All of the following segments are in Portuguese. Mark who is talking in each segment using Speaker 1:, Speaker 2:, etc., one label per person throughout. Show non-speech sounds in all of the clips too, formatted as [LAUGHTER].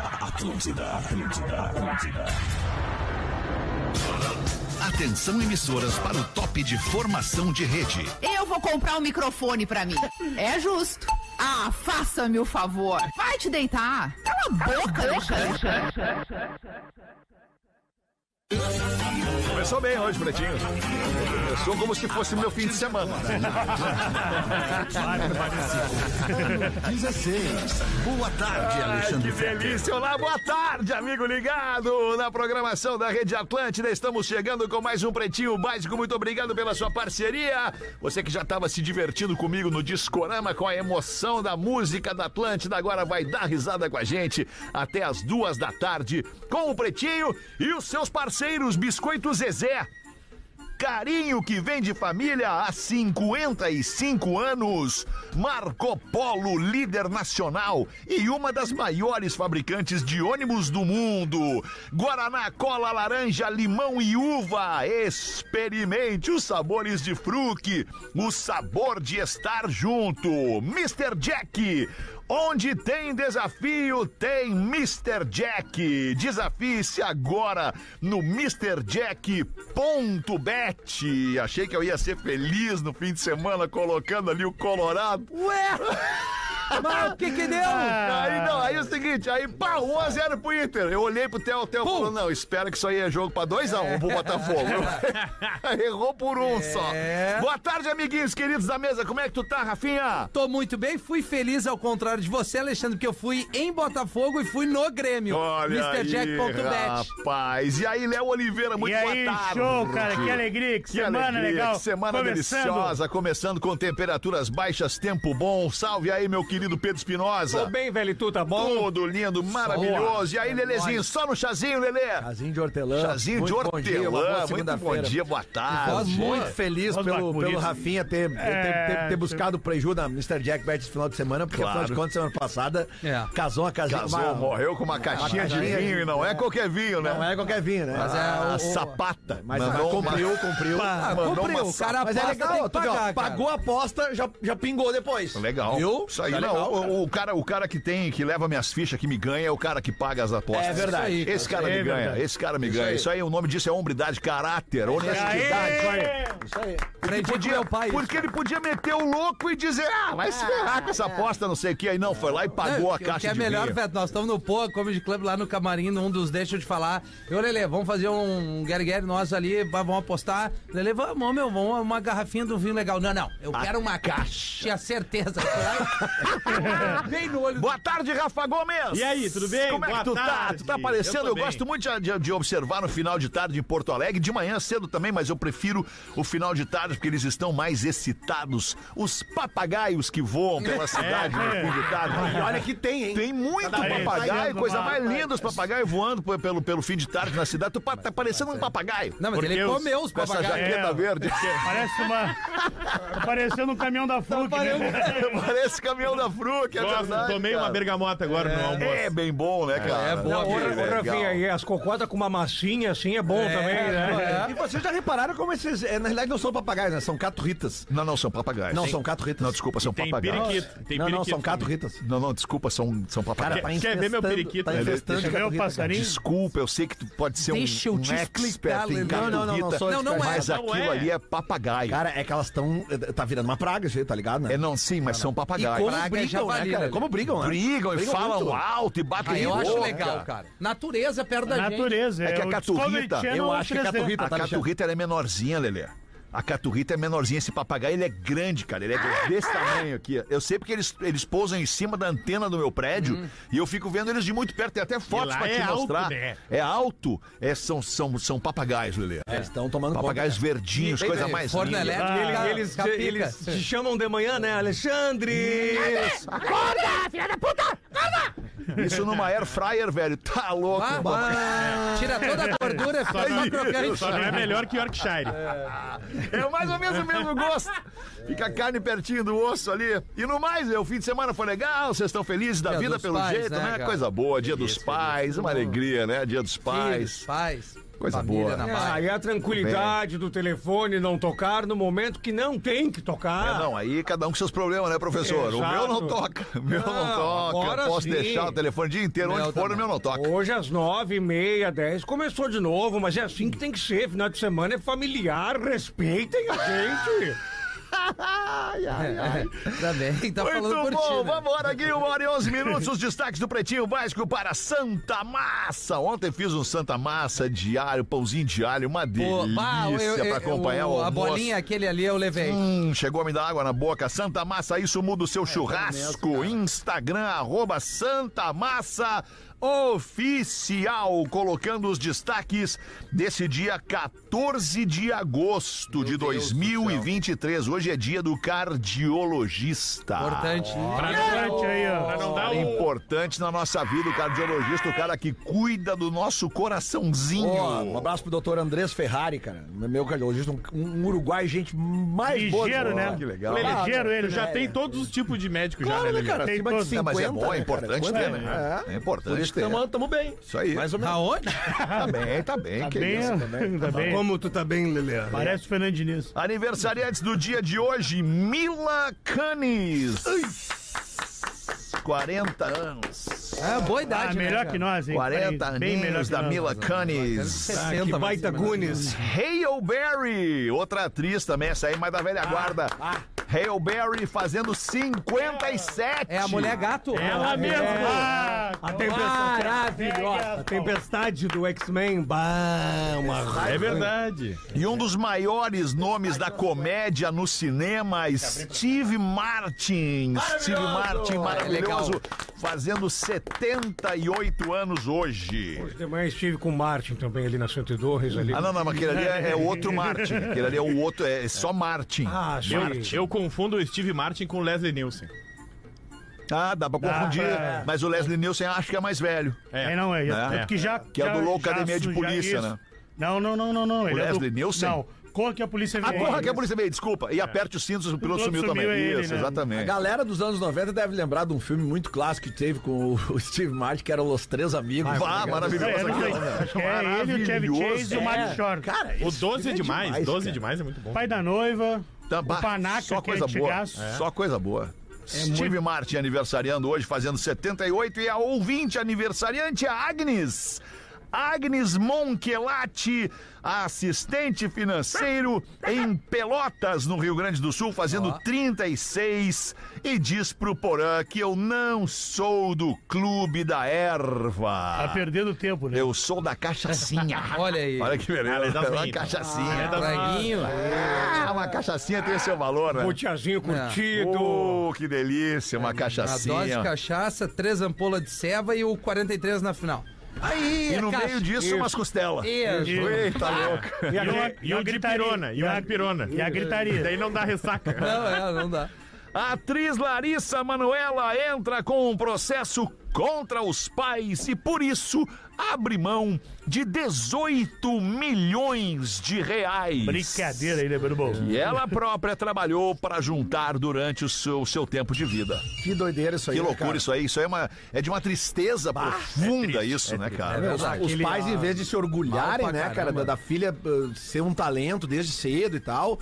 Speaker 1: Atlântida, Atlântida, Atlântida.
Speaker 2: Atenção emissoras para o top de formação de rede.
Speaker 3: Eu vou comprar um microfone pra mim. É justo. Ah, faça-me o favor. Vai te deitar. Cala a boca, Alexandre.
Speaker 4: Começou bem hoje, Pretinho. Começou como se fosse meu fim de semana.
Speaker 2: 16. Boa tarde, Alexandre.
Speaker 4: que delícia! Olá, boa tarde, amigo ligado na programação da Rede Atlântida. Estamos chegando com mais um Pretinho Básico. Muito obrigado pela sua parceria. Você que já estava se divertindo comigo no Discorama com a emoção da música da Atlântida, agora vai dar risada com a gente até as duas da tarde com o Pretinho e os seus parceiros Biscoito Zezé. Carinho que vem de família há 55 anos. Marco Polo, líder nacional e uma das maiores fabricantes de ônibus do mundo. Guaraná, cola, laranja, limão e uva. Experimente os sabores de fruque, o sabor de estar junto. Mr. Jack, Onde tem desafio, tem Mr. Jack. Desafie-se agora no MrJack.bet. Achei que eu ia ser feliz no fim de semana colocando ali o Colorado.
Speaker 5: Ué! [LAUGHS] Mas o que que deu?
Speaker 4: Aí não, aí é o seguinte, aí pá, 1x0 pro Inter. Eu olhei pro Theo, o Theo falou, não, espera que isso aí é jogo pra 2x1 pro Botafogo. Errou por um só. Boa tarde, amiguinhos queridos da mesa. Como é que tu tá, Rafinha?
Speaker 5: Tô muito bem, fui feliz ao contrário de você, Alexandre, porque eu fui em Botafogo e fui no Grêmio.
Speaker 4: Olha
Speaker 5: MrJack.bet.
Speaker 4: aí, rapaz. E aí, Léo Oliveira, muito
Speaker 6: e aí,
Speaker 4: boa tarde.
Speaker 6: show, cara, que alegria, que,
Speaker 4: Que
Speaker 6: semana
Speaker 4: alegria,
Speaker 6: legal.
Speaker 4: que semana
Speaker 6: Começando.
Speaker 4: deliciosa, começando com temperaturas baixas, tempo bom. Salve aí, meu querido Pedro Espinosa.
Speaker 7: bem, velho, tu tá
Speaker 4: Tudo lindo, maravilhoso. E aí, Lelezinho, só no chazinho, Lelê.
Speaker 7: Casinho de hortelã.
Speaker 4: Chazinho de
Speaker 7: Muito bom dia, uma boa
Speaker 4: hortelã. Muito bom
Speaker 7: segunda-feira.
Speaker 4: dia, boa
Speaker 7: Nós
Speaker 4: tarde.
Speaker 7: muito feliz
Speaker 6: Nós
Speaker 7: pelo,
Speaker 6: bacuri-
Speaker 7: pelo Rafinha ter, ter- ter- ter- ter
Speaker 6: sim.
Speaker 7: buscado o preju da Mr. Jack Bet esse final de semana, porque
Speaker 4: Claro.
Speaker 7: afinal de contas, semana passada,
Speaker 5: É.
Speaker 7: casou uma casinha.
Speaker 4: Casou,
Speaker 7: uma-
Speaker 4: morreu com uma caixinha de
Speaker 7: caixinha de-
Speaker 4: vinho e não é qualquer vinho, né?
Speaker 7: Não é qualquer vinho, né?
Speaker 5: Mas é
Speaker 4: A
Speaker 5: o- o-
Speaker 4: sapata.
Speaker 7: Mas
Speaker 4: Mandou uma-
Speaker 7: cumpriu, cumpriu.
Speaker 5: Ah,
Speaker 4: mandou
Speaker 5: cumpriu,
Speaker 4: uma
Speaker 5: o cara
Speaker 7: Mas é
Speaker 5: aposta, tem
Speaker 7: legal,
Speaker 5: que
Speaker 7: tu viu, ó,
Speaker 5: pagar, cara.
Speaker 7: pagou a aposta, já, já pingou depois.
Speaker 4: Legal.
Speaker 7: Viu?
Speaker 4: Isso aí,
Speaker 7: Tá
Speaker 4: não.
Speaker 7: legal,
Speaker 4: o-
Speaker 7: cara.
Speaker 4: o, cara, o cara que tem, que leva minhas fichas, que me ganha, é o cara que paga as apostas.
Speaker 7: É verdade.
Speaker 5: Isso aí,
Speaker 4: Esse cara
Speaker 6: É
Speaker 4: me ganha,
Speaker 6: verdade.
Speaker 4: esse cara me ganha. Isso aí, o nome disso é hombridade, caráter, honestidade.
Speaker 6: Aê!
Speaker 7: Isso aí.
Speaker 5: Aprendi com meu pai. isso.
Speaker 4: Porque ele podia meter o louco e dizer, ah, vai se ferrar com essa aposta, não sei o que. Aí não, foi lá e pagou
Speaker 5: Não,
Speaker 4: a
Speaker 5: o que
Speaker 4: caixa
Speaker 5: é
Speaker 4: de
Speaker 5: melhor,
Speaker 4: vinho.
Speaker 5: Beto, nós estamos no Poa Comedy Club lá no camarim, num dos deixa eu te falar. Eu, Lelê, vamos fazer um guerre-guerre nós ali, vai- vamos apostar. Lelê, vamos, meu, vamos uma garrafinha de um vinho legal. Não, não, eu quero uma caixa. Tinha certeza. Bem no olho do
Speaker 4: Boa tarde, Rafa Gomes!
Speaker 6: E aí, tudo bem?
Speaker 4: Como é
Speaker 6: Boa
Speaker 4: que tu tá?
Speaker 6: tarde.
Speaker 4: Tu tá aparecendo?
Speaker 6: Eu tô
Speaker 4: Eu,
Speaker 6: bem.
Speaker 4: gosto muito de, de- de observar no final de tarde em Porto Alegre, de manhã cedo também, mas eu prefiro o final de tarde porque eles estão mais excitados. Os papagaios que voam
Speaker 6: É.
Speaker 4: pela cidade no fim de
Speaker 6: [LAUGHS]
Speaker 4: tarde.
Speaker 7: E olha que tem, hein?
Speaker 4: Tem muito
Speaker 6: vez mais
Speaker 4: papagaio,
Speaker 6: vendo
Speaker 4: coisa
Speaker 6: Tá uma-
Speaker 4: mais linda, os papagaios voando p- pelo, pelo fim de tarde na cidade. Tu pa- tá parecendo um papagaio.
Speaker 5: Não, mas
Speaker 6: Por
Speaker 5: ele
Speaker 6: Deus,
Speaker 5: comeu os
Speaker 4: Com essa
Speaker 5: papagaios.
Speaker 4: jaqueta
Speaker 6: É.
Speaker 4: verde. [LAUGHS]
Speaker 6: Parece uma. tá Parecendo um caminhão da Fruc, [LAUGHS] né?
Speaker 4: Parece caminhão da fruta, é
Speaker 6: Gosto,
Speaker 4: verdade.
Speaker 6: tomei
Speaker 4: cara.
Speaker 6: uma bergamota agora no almoço.
Speaker 4: É bem bom, né, cara?
Speaker 5: é bom. Não,
Speaker 4: Que
Speaker 5: ô, ô,
Speaker 4: legal.
Speaker 7: as cocotas com uma massinha assim é bom
Speaker 5: também, né?
Speaker 7: E vocês já repararam como esses. é, na realidade, não são papagaios, né? São caturritas.
Speaker 4: Não, não, são papagaios.
Speaker 7: Não, são caturritas.
Speaker 4: É, Não, desculpa, são
Speaker 6: Tem
Speaker 4: papagaios.
Speaker 6: periquito. Tem
Speaker 7: não, não,
Speaker 6: periquito também.
Speaker 7: são caturritas.
Speaker 4: Não, não, desculpa, são, são papagaios.
Speaker 6: Quer- quer ver meu
Speaker 7: infestando-
Speaker 6: periquito?
Speaker 7: Tá infestando
Speaker 6: Deixa eu ver o
Speaker 7: caturrita, cara.
Speaker 6: passarinho.
Speaker 4: Desculpa, eu sei que tu pode ser
Speaker 5: Deixa
Speaker 4: um,
Speaker 5: eu
Speaker 4: um
Speaker 5: te explicar,
Speaker 4: expert em
Speaker 5: Lelê.
Speaker 4: gato
Speaker 7: Não, não, não, não sou
Speaker 5: Não, não
Speaker 7: expert,
Speaker 5: é.
Speaker 4: mas
Speaker 6: Não
Speaker 4: aquilo
Speaker 6: é.
Speaker 4: ali é papagaio.
Speaker 7: Cara, é que elas estão. Tá virando uma praga isso aí, tá ligado? Né?
Speaker 4: é não, sim, mas são papagaios.
Speaker 5: E como
Speaker 7: Praga é
Speaker 5: brigam,
Speaker 7: javali,
Speaker 5: né, cara?
Speaker 7: né? Como brigam, né?
Speaker 4: Brigam e
Speaker 7: Brigam
Speaker 4: falam
Speaker 7: muito.
Speaker 4: alto e batem
Speaker 5: Ah, eu
Speaker 4: em
Speaker 5: acho
Speaker 4: boca.
Speaker 5: legal, cara. Natureza perto da gente.
Speaker 6: Natureza,
Speaker 4: É que a
Speaker 6: o
Speaker 4: caturrita,
Speaker 6: Discovery Channel
Speaker 7: eu acho que a
Speaker 6: 3D.
Speaker 7: caturrita-
Speaker 4: A
Speaker 7: Tá,
Speaker 4: caturrita ela é menorzinha, Lelê. A caturrita é menorzinha, esse papagaio ele é grande, cara. Ele é desse tamanho aqui. ó. Eu sei porque eles, eles pousam em cima da antena do meu prédio e eu fico vendo eles de muito perto. Tem até fotos
Speaker 6: Uhum. lá
Speaker 4: pra te
Speaker 6: é alto,
Speaker 4: mostrar.
Speaker 6: né?
Speaker 4: É alto. É, são, são, são papagaios, Lelê.
Speaker 7: É, Eles estão tomando
Speaker 4: Papagaios
Speaker 7: conta.
Speaker 4: verdinhos,
Speaker 7: Bem,
Speaker 4: coisa
Speaker 7: bem,
Speaker 4: mais
Speaker 5: Forno
Speaker 4: linda.
Speaker 5: elétrico,
Speaker 6: Ah,
Speaker 5: cara,
Speaker 8: eles,
Speaker 5: capica.
Speaker 8: eles te chamam de manhã, né, Alexandre?
Speaker 4: Isso numa air fryer, velho. Tá louco.
Speaker 5: Ah, Tira toda a gordura, fica
Speaker 6: Só
Speaker 5: só
Speaker 6: que-
Speaker 5: crocante.
Speaker 6: Só não é melhor que Yorkshire.
Speaker 4: É mais ou menos o mesmo gosto. Fica a carne pertinho do osso ali. E no mais, é, o fim de semana foi legal, vocês estão felizes da
Speaker 5: Dia
Speaker 4: vida
Speaker 5: dos
Speaker 4: pelo
Speaker 5: pais,
Speaker 4: jeito,
Speaker 5: né,
Speaker 4: né?
Speaker 5: cara?
Speaker 4: Coisa boa, dia dos pais, uma alegria, né? Dia dos
Speaker 5: Filhos,
Speaker 4: pais.
Speaker 5: pais.
Speaker 4: Coisa
Speaker 5: Família
Speaker 4: boa.
Speaker 5: na paz.
Speaker 8: Aí a tranquilidade do telefone não tocar no momento que não tem que tocar.
Speaker 4: É, não, aí cada um com seus problemas, né, professor? O meu não
Speaker 8: Exato.
Speaker 4: toca. O meu não,
Speaker 8: Não,
Speaker 4: toca.
Speaker 8: agora
Speaker 4: Posso
Speaker 8: sim.
Speaker 4: deixar o telefone o dia inteiro,
Speaker 5: Meu
Speaker 4: onde for, o
Speaker 5: também.
Speaker 4: meu não toca.
Speaker 8: Hoje às nove e meia, dez, começou de novo, mas é assim que tem que ser. Final de semana é familiar, respeitem a gente.
Speaker 5: Tá bem, tá falando
Speaker 4: Muito
Speaker 5: por
Speaker 4: bom,
Speaker 5: ti. né?
Speaker 4: vamos embora aqui, uma hora e 11 minutos, os destaques do Pretinho Básico para Santa Massa. Ontem fiz um Santa Massa diário, pãozinho de alho, uma
Speaker 5: Pô, bah, eu-
Speaker 4: delícia
Speaker 5: eu-
Speaker 4: para
Speaker 5: eu-
Speaker 4: acompanhar o,
Speaker 5: A
Speaker 4: almoço.
Speaker 5: bolinha aquele ali eu levei.
Speaker 4: Hum, chegou a me dar água na boca. Santa Massa, isso muda
Speaker 5: É,
Speaker 4: o seu churrasco. Instagram, arroba Santa Massa Oficial. Colocando os destaques desse dia 14 de agosto de 2023. Hoje é dia do cardiologista.
Speaker 5: Importante.
Speaker 6: Ah, Bastante aí, ó. Pra não dar
Speaker 4: É
Speaker 6: um-
Speaker 4: importante na nossa vida, o cardiologista, o cara que cuida do nosso coraçãozinho. É,
Speaker 7: Ó, um abraço pro doutor Andrés Ferrari, cara. Meu cardiologista, um, um uruguai, gente mais boa.
Speaker 6: Ligeiro,
Speaker 7: do-
Speaker 6: né?
Speaker 7: Ó,
Speaker 4: que legal.
Speaker 6: Ele é ligeiro,
Speaker 5: né?
Speaker 6: ele.
Speaker 7: Já
Speaker 6: Já
Speaker 7: tem
Speaker 6: tem todos os tipos de médico
Speaker 7: Claro,
Speaker 6: já,
Speaker 7: né, cara?
Speaker 6: Tem
Speaker 7: Acima de
Speaker 6: todos.
Speaker 4: É, mas é bom,
Speaker 7: 50,
Speaker 4: é
Speaker 7: né, cara?
Speaker 4: importante
Speaker 7: Quanto
Speaker 4: ter,
Speaker 7: é?
Speaker 4: né? É,
Speaker 7: É. Por
Speaker 4: importante
Speaker 7: isso que
Speaker 4: ter.
Speaker 7: estamos bem.
Speaker 4: Isso aí.
Speaker 7: Mais ou menos.
Speaker 5: Aonde? É,
Speaker 4: Tá bem, tá bem. que
Speaker 6: Bem,
Speaker 4: isso.
Speaker 6: tá bem.
Speaker 8: Como tu tá [LAUGHS] bem, Lelê?
Speaker 6: Parece o Fernando Diniz.
Speaker 4: Aniversariantes do dia de hoje, Mila Canis. 40 anos.
Speaker 5: Ah, boa idade,
Speaker 6: Ah,
Speaker 5: né,
Speaker 6: melhor
Speaker 5: cara?
Speaker 6: que nós, hein?
Speaker 4: 40
Speaker 6: Parei- Bem melhor
Speaker 4: aninhos
Speaker 6: que
Speaker 4: da
Speaker 6: nós.
Speaker 4: Mila Canis.
Speaker 6: Ah,
Speaker 5: 60
Speaker 8: Que
Speaker 5: mais
Speaker 8: baita
Speaker 5: ou menos.
Speaker 8: Gunis.
Speaker 4: Hale Berry, outra atriz também, essa aí mais da velha guarda. Hale Berry fazendo 57.
Speaker 5: É a mulher gato.
Speaker 6: Ela mesma. Ah,
Speaker 8: A tempestade. Maravilhosa. A tempestade do X-Men. Bah, uma
Speaker 6: É
Speaker 8: raiva.
Speaker 6: verdade.
Speaker 4: E um dos maiores nomes da comédia no cinema, Steve Martin. Steve
Speaker 6: é
Speaker 4: Martin, maravilhoso, fazendo 78 anos hoje.
Speaker 8: Hoje de manhã estive com o Martin também ali na 102, ali.
Speaker 4: Ah, não, não, mas aquele ali é, é outro Martin. Aquele ali é o outro, é só Martin.
Speaker 8: Ah,
Speaker 9: Eu,
Speaker 8: Martin.
Speaker 9: eu confundo o Steve Martin com o Leslie Nielsen.
Speaker 4: Ah, dá pra confundir.
Speaker 6: pra-
Speaker 4: Mas o Leslie Nielsen acho que é mais velho.
Speaker 6: É, não, é.
Speaker 4: Né?
Speaker 6: Tanto que já.
Speaker 4: Que é do Louco
Speaker 6: já-
Speaker 4: Academia de
Speaker 6: já-
Speaker 4: Polícia,
Speaker 6: isso.
Speaker 4: né?
Speaker 6: Não, não, não, não, não. Ele é do-
Speaker 4: Leslie Nielsen?
Speaker 6: Não. Corra que a polícia
Speaker 4: Ah,
Speaker 6: vem.
Speaker 4: corra que a polícia veio, desculpa. E aperte os cintos, o piloto sumiu também.
Speaker 6: É. sumiu, é ele,
Speaker 4: Isso,
Speaker 6: né?
Speaker 7: A
Speaker 4: exatamente.
Speaker 7: galera dos anos 90 deve lembrar de um filme muito clássico que teve com o [LAUGHS] Steve Martin, que era Los Três
Speaker 4: Vá,
Speaker 7: Amigos. Tá ligado?
Speaker 4: Ah, maravilhoso
Speaker 6: É, não sei.
Speaker 4: aquilo, né?
Speaker 6: Acho que é ele, o Chevy Chase e o Mario Short.
Speaker 7: Cara,
Speaker 9: O
Speaker 7: esse
Speaker 9: 12
Speaker 7: filme
Speaker 9: é demais, 12
Speaker 7: cara.
Speaker 9: demais é muito bom.
Speaker 6: Pai da noiva.
Speaker 4: Tá, bah,
Speaker 6: o Panaca,
Speaker 4: só
Speaker 6: que é
Speaker 4: coisa boa.
Speaker 6: antigaço. É
Speaker 4: Só coisa boa. Steve Martin aniversariando hoje, fazendo 78, e a ouvinte aniversariante, a Agnes. Agnes Monquelati, assistente financeiro em Pelotas, no Rio Grande do Sul, fazendo 36, e diz pro Porã que eu não sou do clube da
Speaker 6: Tá
Speaker 4: erva.
Speaker 6: perdendo tempo, né?
Speaker 4: Eu sou da cachaçinha.
Speaker 5: Olha aí.
Speaker 4: Olha que beleza,
Speaker 9: Ah, é das
Speaker 4: uma
Speaker 9: minhas, então.
Speaker 4: cachaçinha.
Speaker 5: Franguinho.
Speaker 4: Ah, uma cachaçinha tem seu valor, né?
Speaker 8: O tiazinho curtido.
Speaker 4: Oh, que delícia, uma
Speaker 5: A dose de
Speaker 4: cachaçinha.
Speaker 5: cachaça, três ampolas de ceva e o 43 na final. Aí,
Speaker 4: E no
Speaker 5: caixa.
Speaker 4: meio disso, umas costelas.
Speaker 5: Isso.
Speaker 4: Eita, louco.
Speaker 8: um
Speaker 6: E, uma-
Speaker 9: E o de
Speaker 6: gritaria.
Speaker 9: pirona, e
Speaker 6: a-
Speaker 9: o de pirona.
Speaker 6: E a gritaria.
Speaker 9: Daí não dá ressaca.
Speaker 5: Não, é, não dá.
Speaker 4: A atriz Larissa Manuela entra com um processo contra os pais e, por isso, abre mão de 18 milhões de reais.
Speaker 6: Brincadeira aí, né, meu irmão?
Speaker 4: E ela própria trabalhou para juntar durante o seu, seu tempo de vida.
Speaker 7: Que doideira isso aí.
Speaker 4: Que
Speaker 7: né,
Speaker 4: loucura
Speaker 7: cara?
Speaker 4: isso aí. Isso aí é, uma, é de uma tristeza profunda, isso, né, cara?
Speaker 5: É
Speaker 7: Os,
Speaker 5: verdade.
Speaker 7: os
Speaker 5: Aquele-
Speaker 7: pais, em vez de se
Speaker 5: Mal pra
Speaker 7: orgulharem, né, cara,
Speaker 5: caramba.
Speaker 7: da, da filha uh, ser um talento desde cedo e tal.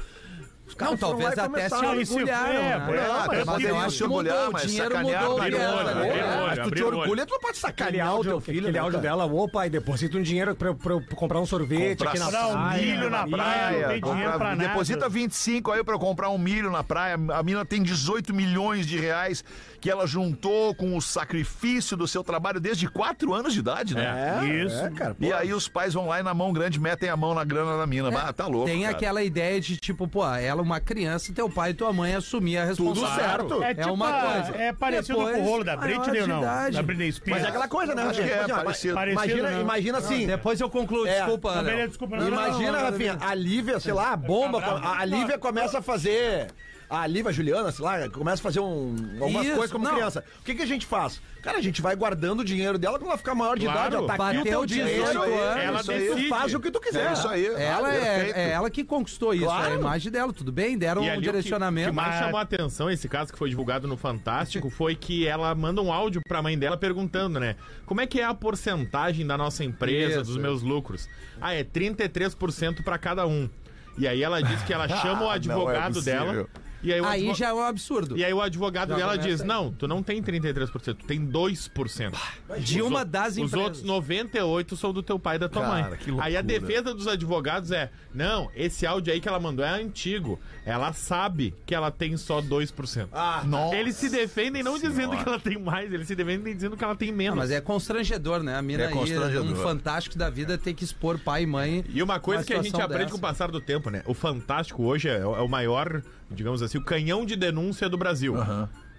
Speaker 7: Os
Speaker 5: Não, talvez até se
Speaker 6: começaram, isso foi,
Speaker 5: orgulharam.
Speaker 6: foi,
Speaker 5: né?
Speaker 6: Ah,
Speaker 4: É, mas
Speaker 5: mas eu
Speaker 4: poderiam
Speaker 5: acho
Speaker 4: se
Speaker 5: que mudou,
Speaker 4: orgulhar,
Speaker 5: o
Speaker 4: mas
Speaker 5: dinheiro
Speaker 4: sacanearam,
Speaker 5: mudou.
Speaker 9: abriram o
Speaker 5: criança,
Speaker 9: olho,
Speaker 5: né?
Speaker 9: abriram o olho.
Speaker 7: Se tu te
Speaker 9: abriu o olho.
Speaker 7: orgulha, tu não pode
Speaker 8: Aquele
Speaker 7: sacanear o
Speaker 8: áudio,
Speaker 7: teu filho.
Speaker 8: aquele
Speaker 7: né,
Speaker 8: áudio
Speaker 7: cara?
Speaker 8: dela, ô pai, deposita um dinheiro pra, eu- pra, eu comprar um sorvete
Speaker 4: Comprar
Speaker 8: aqui na
Speaker 6: Comprar um
Speaker 8: praia.
Speaker 6: milho na
Speaker 8: Maria.
Speaker 6: praia. não tem dinheiro
Speaker 4: comprar-
Speaker 6: pra nada.
Speaker 4: deposita 25 aí pra eu comprar um milho na praia. A mina tem 18 milhões de reais que ela juntou com o sacrifício do seu trabalho desde 4 anos de idade, né?
Speaker 7: É,
Speaker 6: Isso.
Speaker 7: é, cara.
Speaker 4: E aí os pais vão lá e na mão grande metem a mão na grana da mina. Ah, tá louco.
Speaker 5: Tem
Speaker 4: cara.
Speaker 5: aquela ideia de tipo, pô, ela é uma criança, teu pai e tua mãe assumir a
Speaker 7: Tudo
Speaker 5: responsabilidade.
Speaker 7: certo.
Speaker 6: É,
Speaker 5: É
Speaker 6: tipo
Speaker 5: uma
Speaker 6: a-
Speaker 5: coisa.
Speaker 6: É parecido
Speaker 5: Depois,
Speaker 6: com o rolo da
Speaker 5: maior
Speaker 6: Britney ou não?
Speaker 5: de idade.
Speaker 6: Da Britney Spears.
Speaker 7: Mas é aquela coisa, né?
Speaker 4: Acho que é
Speaker 7: Imagina,
Speaker 4: parecido.
Speaker 6: Parecido,
Speaker 7: imagina,
Speaker 6: né?
Speaker 7: imagina assim.
Speaker 5: Depois eu concluo,
Speaker 7: É.
Speaker 5: desculpa,
Speaker 6: Não,
Speaker 5: Ana.
Speaker 6: beleza, desculpa. não, não, não,
Speaker 7: Imagina,
Speaker 6: não,
Speaker 5: É,
Speaker 7: Rafinha, a Lívia, sei lá, a bomba.
Speaker 6: bravo.
Speaker 7: A a Lívia começa a fazer. a Lívia Juliana, sei lá, começa a fazer um, algumas
Speaker 5: Isso,
Speaker 7: coisas como
Speaker 5: não.
Speaker 7: criança. O que, que a gente faz? Cara, a gente vai guardando o dinheiro dela quando ela ficar maior de
Speaker 9: Claro.
Speaker 7: idade. Ela tá aqui o
Speaker 5: Bateu
Speaker 7: teu dinheiro.
Speaker 5: 18
Speaker 7: é,
Speaker 9: anos,
Speaker 7: isso
Speaker 9: ela
Speaker 7: aí,
Speaker 9: decide.
Speaker 7: Faz o que tu quiser.
Speaker 4: É isso aí.
Speaker 5: Ela
Speaker 4: Ah,
Speaker 5: é,
Speaker 4: perfeito.
Speaker 5: é ela que conquistou isso,
Speaker 7: Claro.
Speaker 5: é a imagem dela, tudo bem, deram
Speaker 9: E ali
Speaker 5: um
Speaker 9: o que-
Speaker 5: direcionamento.
Speaker 9: O que mais
Speaker 5: mas-
Speaker 9: chamou a atenção esse caso que foi divulgado
Speaker 5: [LAUGHS]
Speaker 9: no Fantástico foi que ela manda um áudio pra mãe dela perguntando, né? Como é que é a porcentagem da nossa empresa, dos
Speaker 5: Isso.
Speaker 9: meus lucros? Ah, é 33% pra cada um. E aí ela diz que
Speaker 5: [LAUGHS]
Speaker 9: ela chama o advogado dela. E aí o
Speaker 5: é Aí
Speaker 9: advo-
Speaker 5: já é um absurdo.
Speaker 9: E aí o advogado
Speaker 5: Já
Speaker 9: dela
Speaker 5: começa
Speaker 9: diz:
Speaker 5: aí.
Speaker 9: "Não, tu não tem 33%, tu tem 2%".
Speaker 5: de
Speaker 9: Os
Speaker 5: uma
Speaker 9: o-
Speaker 5: das
Speaker 9: Os
Speaker 5: empresas.
Speaker 9: outros 98 são do teu pai e da tua
Speaker 4: Cara,
Speaker 9: mãe.
Speaker 4: que loucura.
Speaker 9: Aí a defesa dos advogados é: "Não, esse áudio aí que ela mandou é antigo. Ela sabe que ela tem só 2%".
Speaker 4: Ah, Nossa.
Speaker 9: Eles se defendem não dizendo que ela tem mais, eles se defendem dizendo que ela tem
Speaker 5: Ah,
Speaker 9: menos.
Speaker 5: mas é constrangedor, né? A mina
Speaker 4: É
Speaker 5: aí,
Speaker 4: constrangedor.
Speaker 5: um fantástico da vida, ter que expor pai e mãe.
Speaker 9: E uma coisa
Speaker 5: numa
Speaker 9: que a gente
Speaker 5: situação
Speaker 9: aprende com o
Speaker 5: dessa.
Speaker 9: passar do tempo, né? O Fantástico hoje é, é o maior, digamos assim, o canhão de denúncia do Brasil.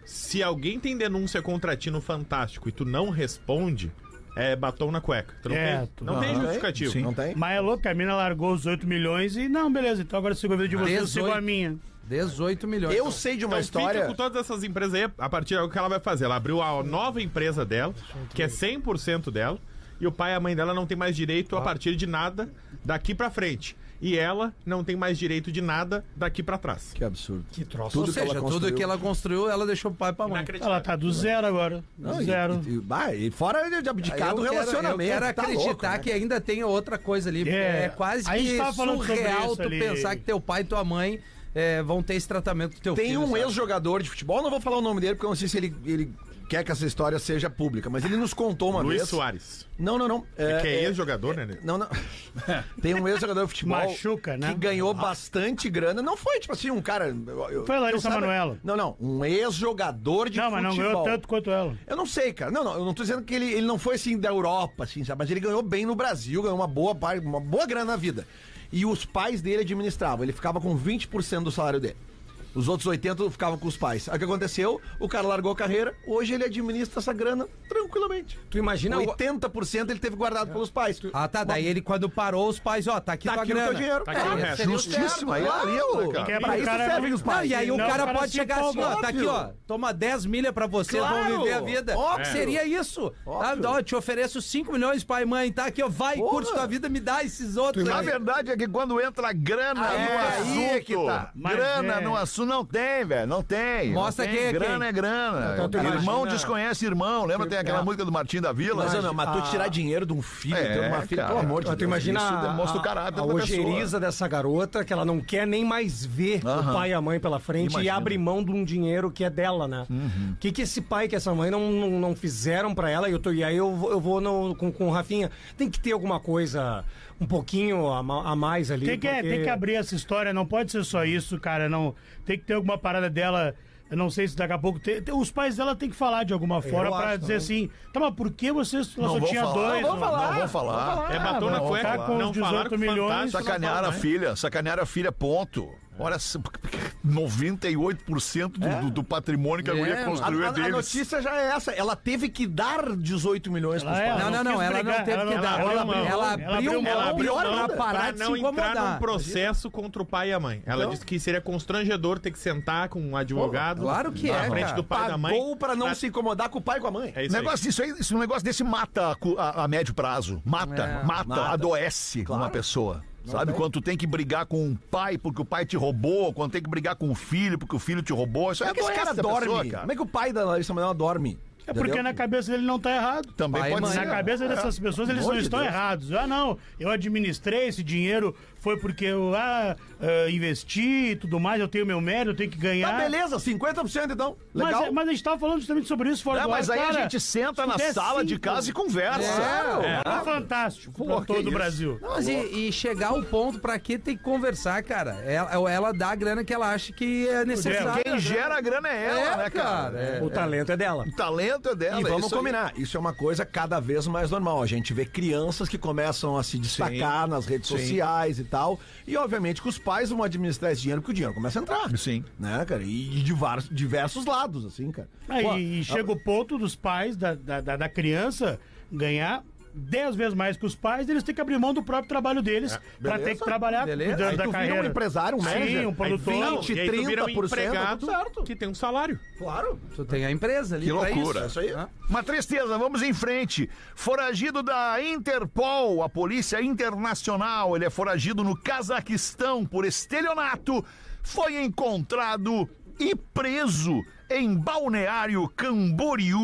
Speaker 9: Se alguém tem denúncia contra ti no Fantástico e tu não responde, é batom na cueca. Tu não
Speaker 6: É,
Speaker 9: tem,
Speaker 6: tu-
Speaker 9: não tem
Speaker 7: Não tem?
Speaker 9: justificativo.
Speaker 7: Não tem?
Speaker 6: Mas é louco, a mina largou os 8 milhões e não, beleza, então agora eu sigo a vida de vocês, eu sigo a
Speaker 5: 18.
Speaker 6: minha.
Speaker 5: 18 milhões.
Speaker 7: Eu sei de uma
Speaker 9: Então
Speaker 7: história.
Speaker 9: fica com todas essas empresas aí, a partir do que ela vai fazer. Ela abriu a nova empresa dela, que é 100% dela, e o pai e a mãe dela não tem mais direito a partir de nada daqui pra frente. E ela não tem mais direito de nada daqui pra trás.
Speaker 7: Que absurdo. Que troço.
Speaker 5: Ou seja, tudo que ela construiu, ela deixou pro pai e pra mãe.
Speaker 6: Ela tá do zero agora. Do
Speaker 7: Não, e-
Speaker 6: zero.
Speaker 7: E, e, bah, e fora de abdicar
Speaker 5: Ah, Eu
Speaker 7: do
Speaker 5: quero-
Speaker 7: relacionamento.
Speaker 5: Eu quero
Speaker 7: tá
Speaker 5: acreditar
Speaker 7: louco, né?
Speaker 5: que ainda tem outra coisa ali. porque
Speaker 6: É.
Speaker 5: É quase
Speaker 6: A gente
Speaker 5: que
Speaker 6: tava falando sobre
Speaker 5: surreal
Speaker 6: isso
Speaker 5: tu
Speaker 6: ali.
Speaker 5: pensar que teu pai e tua mãe eh, vão ter esse tratamento do teu
Speaker 7: Tem
Speaker 5: filho.
Speaker 7: um
Speaker 5: sabe?
Speaker 7: ex-jogador de futebol, não vou falar o nome dele, porque eu não sei se ele, ele quer que essa história seja pública, mas ele nos contou uma
Speaker 9: Luiz
Speaker 7: vez.
Speaker 9: Soares.
Speaker 7: Não, não, não.
Speaker 9: É, que
Speaker 7: é-
Speaker 9: é ex-jogador, né?
Speaker 7: Não, não. Tem um ex-jogador de futebol
Speaker 6: Machuca, né?
Speaker 7: que ganhou bastante grana. Não foi, tipo assim, um cara. eu- eu-
Speaker 6: Foi a Larissa
Speaker 7: eu saiba-
Speaker 6: Manoela.
Speaker 7: Não, não. Um ex-jogador de
Speaker 6: Não,
Speaker 7: futebol.
Speaker 6: mas não ganhou tanto quanto ela.
Speaker 7: Eu não sei, cara. Não, não, eu não tô dizendo que ele, ele não foi assim da Europa, assim, sabe? Mas ele ganhou bem no Brasil, ganhou uma boa, par- uma boa grana na vida. E os pais dele administravam, ele ficava com 20% do salário dele. Os outros 80 ficavam com os pais. Aí o que aconteceu? O cara largou a carreira, hoje ele administra essa grana tranquilamente.
Speaker 8: Tu imagina... o-
Speaker 7: 80% ele teve guardado pelos pais.
Speaker 5: Ah, tá. Daí ele, quando parou, os pais, ó, tá aqui
Speaker 7: Tá
Speaker 5: tua
Speaker 7: aqui o
Speaker 5: grana.
Speaker 7: teu dinheiro.
Speaker 9: Tá aqui o resto.
Speaker 5: seria o certo.
Speaker 4: Justíssimo. Aí
Speaker 7: Claro.
Speaker 4: lembra, cara.
Speaker 6: Que é pra
Speaker 7: Pra isso
Speaker 6: cara
Speaker 7: servem os
Speaker 5: Não,
Speaker 7: pais.
Speaker 5: e aí o
Speaker 6: Não,
Speaker 5: cara,
Speaker 6: o cara
Speaker 5: pode
Speaker 6: se
Speaker 5: chegar assim, ó,
Speaker 6: empolga,
Speaker 5: tá aqui,
Speaker 7: óbvio.
Speaker 5: ó, toma 10 milha pra vocês,
Speaker 7: Claro,
Speaker 5: vão viver a vida.
Speaker 7: óbvio.
Speaker 5: Seria isso. Ah,
Speaker 7: Óbvio.
Speaker 5: ó, te ofereço 5 milhões, pai e mãe, tá aqui, ó, vai,
Speaker 7: Porra.
Speaker 5: curte tua vida, me dá esses outros.
Speaker 4: Na
Speaker 5: aí.
Speaker 4: verdade é que quando entra grana
Speaker 5: Aí
Speaker 4: no
Speaker 5: é,
Speaker 4: assunto,
Speaker 7: aí é que tá.
Speaker 6: Mas
Speaker 4: grana
Speaker 6: é.
Speaker 4: no assunto não tem, velho, não tem. não
Speaker 5: Mostra
Speaker 4: tem.
Speaker 5: quem é
Speaker 4: grana
Speaker 5: quem.
Speaker 4: é grana.
Speaker 8: Então tu
Speaker 4: irmão
Speaker 8: imagina-
Speaker 4: desconhece irmão, lembra tem aquela música do Martim da Vila? Ah.
Speaker 7: Mas, Ana, mas tu tirar dinheiro de um filho, de uma filha,
Speaker 4: cara.
Speaker 7: pelo amor de
Speaker 8: Ah,
Speaker 7: Deus.
Speaker 8: tu imagina
Speaker 4: Isso
Speaker 8: a-
Speaker 4: demonstra o
Speaker 8: a-
Speaker 4: caráter
Speaker 8: a,
Speaker 4: da pessoa.
Speaker 8: ojeriza dessa garota que ela não quer nem mais ver o
Speaker 4: Aham.
Speaker 8: pai e a mãe pela frente e
Speaker 4: Imagina.
Speaker 8: abre mão de um dinheiro que é dela, né? O que, que esse pai e que essa mãe não, não, não fizeram pra ela? E, eu tô- e aí eu, vou- eu vou no- com, com o Rafinha. Tem que ter alguma coisa um pouquinho a, ma- a mais ali.
Speaker 6: Tem que, é,
Speaker 8: porque-
Speaker 6: tem que abrir essa história, não pode ser só isso, cara. Não, tem que ter alguma parada dela. Eu não sei se daqui a pouco. tem- tem- os pais dela tem que falar de alguma forma pra
Speaker 8: acho,
Speaker 6: dizer
Speaker 8: não.
Speaker 6: assim: tá, mas por que vocês ela
Speaker 4: Não
Speaker 6: só
Speaker 4: vão
Speaker 6: tinha
Speaker 4: falar,
Speaker 6: dois?
Speaker 4: não
Speaker 6: ó?"
Speaker 4: vão falar, não vão falar.
Speaker 9: É batom na
Speaker 6: não,
Speaker 9: cueca.
Speaker 6: tá com
Speaker 9: não
Speaker 6: os
Speaker 9: falaram
Speaker 6: 18
Speaker 9: que o
Speaker 6: milhões,
Speaker 9: Fantástico não
Speaker 4: Sacanearam a
Speaker 9: falou, né?
Speaker 4: filha, sacanearam a filha, ponto. Olha, [LAUGHS] 98% do, do- do patrimônio que a
Speaker 5: É,
Speaker 4: guria
Speaker 5: mano.
Speaker 4: construiu
Speaker 7: A,
Speaker 4: é
Speaker 7: a- a
Speaker 4: deles.
Speaker 7: notícia já é essa. Ela teve que dar 18 milhões pros
Speaker 6: Ela é,
Speaker 7: pais.
Speaker 5: Não, não, não,
Speaker 6: quis
Speaker 5: ela não
Speaker 6: brigar,
Speaker 5: teve que dar.
Speaker 6: abriu
Speaker 5: Ela,
Speaker 6: mão.
Speaker 5: ela abriu
Speaker 6: mão.
Speaker 5: mão,
Speaker 9: Ela abriu
Speaker 7: pior
Speaker 9: mão
Speaker 7: ainda.
Speaker 5: pra parar
Speaker 9: pra
Speaker 5: tá de se
Speaker 9: não entrar num
Speaker 5: incomodar.
Speaker 9: processo contra o pai e a mãe. Ela
Speaker 7: Então?
Speaker 9: disse que seria constrangedor ter que sentar com um advogado
Speaker 5: claro que
Speaker 9: na
Speaker 5: é,
Speaker 9: frente
Speaker 5: cara.
Speaker 9: do pai e da mãe.
Speaker 7: Pagou pra não se incomodar com o pai e com a mãe.
Speaker 9: É
Speaker 4: Esse
Speaker 9: isso aí.
Speaker 4: Um negócio, isso aí, esse negócio desse mata a cu- a, a médio prazo. Mata,
Speaker 5: É,
Speaker 4: mata,
Speaker 7: mata.
Speaker 4: adoece uma pessoa. Sabe, quando tu tem que brigar com um pai porque o pai te roubou, quando tem que brigar com um filho porque o filho te roubou, isso
Speaker 7: Como
Speaker 4: é
Speaker 7: é que esse cara dorme? Como é que o pai da Larissa Manoela dorme?
Speaker 6: É porque
Speaker 7: Entendeu?
Speaker 6: na cabeça dele não tá errado.
Speaker 4: Também
Speaker 5: Pai e
Speaker 4: pode
Speaker 5: mãe.
Speaker 4: ser. É.
Speaker 6: Na cabeça dessas pessoas, eles
Speaker 7: amor
Speaker 6: não
Speaker 7: de
Speaker 6: estão
Speaker 7: Deus.
Speaker 6: errados. Ah, não, eu administrei esse dinheiro, foi porque eu ah, ah, investi e tudo mais, eu tenho meu mérito, eu tenho que ganhar.
Speaker 7: Tá, beleza, 50% então.
Speaker 6: Mas,
Speaker 7: Legal.
Speaker 6: é- mas a gente tava falando justamente sobre isso fora
Speaker 4: É,
Speaker 6: do
Speaker 4: mas
Speaker 6: ar,
Speaker 4: aí
Speaker 6: cara,
Speaker 4: a gente senta
Speaker 6: se
Speaker 4: na
Speaker 6: der
Speaker 4: sala de
Speaker 6: cinco,
Speaker 4: casa e conversa.
Speaker 5: É.
Speaker 6: É, tá fantástico
Speaker 4: Pô,
Speaker 6: pra
Speaker 4: que
Speaker 6: todo o
Speaker 4: isso.
Speaker 6: Brasil.
Speaker 5: Não, mas e, e chegar ao ponto pra que tem que conversar, cara? Ela, ela dá a grana que ela acha que é necessária.
Speaker 4: Quem gera a grana é ela,
Speaker 5: É,
Speaker 4: né, cara?
Speaker 5: cara, é.
Speaker 8: O talento é dela.
Speaker 4: O talento é dela.
Speaker 7: E vamos
Speaker 4: isso aí.
Speaker 7: combinar, isso é uma coisa cada vez mais normal. A gente vê crianças que começam a se destacar nas redes sociais e tal. E obviamente que os pais vão administrar esse dinheiro, porque o dinheiro começa a entrar.
Speaker 4: Sim.
Speaker 7: Né, cara? E de var- diversos lados, assim, cara.
Speaker 6: Aí
Speaker 7: Pô,
Speaker 6: e chega o ponto dos pais da, da, da- da criança ganhar 10 vezes mais que os pais, eles têm que abrir mão do próprio trabalho deles
Speaker 4: É,
Speaker 6: pra ter que trabalhar
Speaker 5: Beleza.
Speaker 6: cuidando
Speaker 7: Aí
Speaker 6: da
Speaker 7: tu vira um
Speaker 6: carreira.
Speaker 7: empresário, um
Speaker 6: Sim,
Speaker 7: manager,
Speaker 6: um
Speaker 7: aí
Speaker 6: produtor.
Speaker 9: Não,
Speaker 7: 20,
Speaker 9: e aí tu vira um
Speaker 7: 30%,
Speaker 9: empregado
Speaker 7: tá tudo certo.
Speaker 9: que tem um salário.
Speaker 7: Claro.
Speaker 5: Tu tem a empresa ali
Speaker 4: Que
Speaker 5: pra
Speaker 4: loucura.
Speaker 5: isso.
Speaker 7: Isso aí.
Speaker 5: Hã?
Speaker 4: Uma tristeza, vamos em frente. Foragido da Interpol, a polícia internacional, ele é foragido no Cazaquistão por estelionato, foi encontrado e preso em Balneário Camboriú.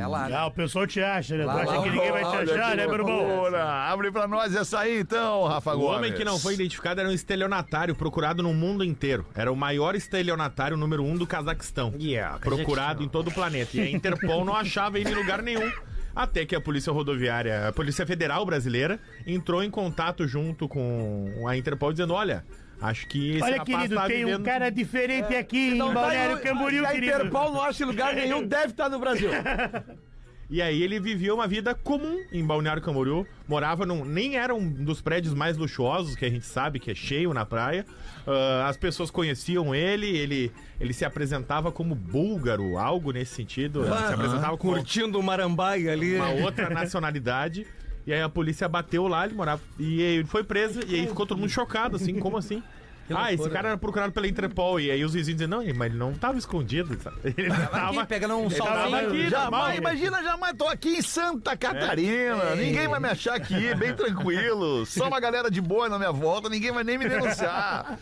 Speaker 5: É lá, né?
Speaker 6: Ah, o pessoal te acha, né? Tu
Speaker 5: Lá,
Speaker 6: acha
Speaker 5: lá,
Speaker 6: que ninguém vai te
Speaker 4: Olha
Speaker 6: achar,
Speaker 4: que
Speaker 6: né, meu irmão?
Speaker 4: loucura. Abre pra nós essa aí então, Rafa
Speaker 9: O
Speaker 4: Gomes.
Speaker 9: homem que não foi identificado era um estelionatário procurado no mundo inteiro. Era o maior estelionatário número um do Cazaquistão.
Speaker 6: é,
Speaker 8: Yeah,
Speaker 9: procurado em todo o planeta. E a Interpol não achava ele em lugar nenhum. Até que a Polícia Rodoviária, a Polícia Federal Brasileira, entrou em contato junto com a Interpol dizendo: olha, acho que esse
Speaker 6: Olha,
Speaker 9: rapaz
Speaker 6: querido,
Speaker 9: tá
Speaker 6: tem um
Speaker 9: vivendo-
Speaker 6: cara diferente
Speaker 4: É.
Speaker 6: aqui
Speaker 4: Então
Speaker 6: em
Speaker 4: tá
Speaker 6: Balneário Camboriú,
Speaker 7: a
Speaker 6: querido.
Speaker 7: Interpol não acha em lugar nenhum, deve estar no Brasil.
Speaker 9: E aí ele vivia uma vida comum em Balneário Camboriú, morava num... Nem era um dos prédios mais luxuosos, que a gente sabe que é cheio na praia. Ah, as pessoas conheciam ele, ele, ele se apresentava como búlgaro, algo nesse sentido. Ele se apresentava com
Speaker 8: Curtindo o Marambaia ali.
Speaker 9: uma outra nacionalidade. E aí a polícia bateu lá, ele morava. E aí ele foi preso, e aí ficou todo mundo chocado, assim, como
Speaker 4: [LAUGHS]
Speaker 9: assim? Ah, esse cara era procurado pela Interpol. E aí os vizinhos dizem, não, mas ele não tava escondido. sabe? [LAUGHS] Ele
Speaker 5: Aqui,
Speaker 9: tava.
Speaker 5: pega um
Speaker 9: tava
Speaker 5: salzinho.
Speaker 9: aqui,
Speaker 4: Tá
Speaker 9: normal.
Speaker 4: Jamais, imagina, jamais. Tô aqui em Santa
Speaker 9: É.
Speaker 4: Catarina. Ninguém vai me achar aqui, bem tranquilo. Só uma galera de boa na minha volta, ninguém vai nem me denunciar.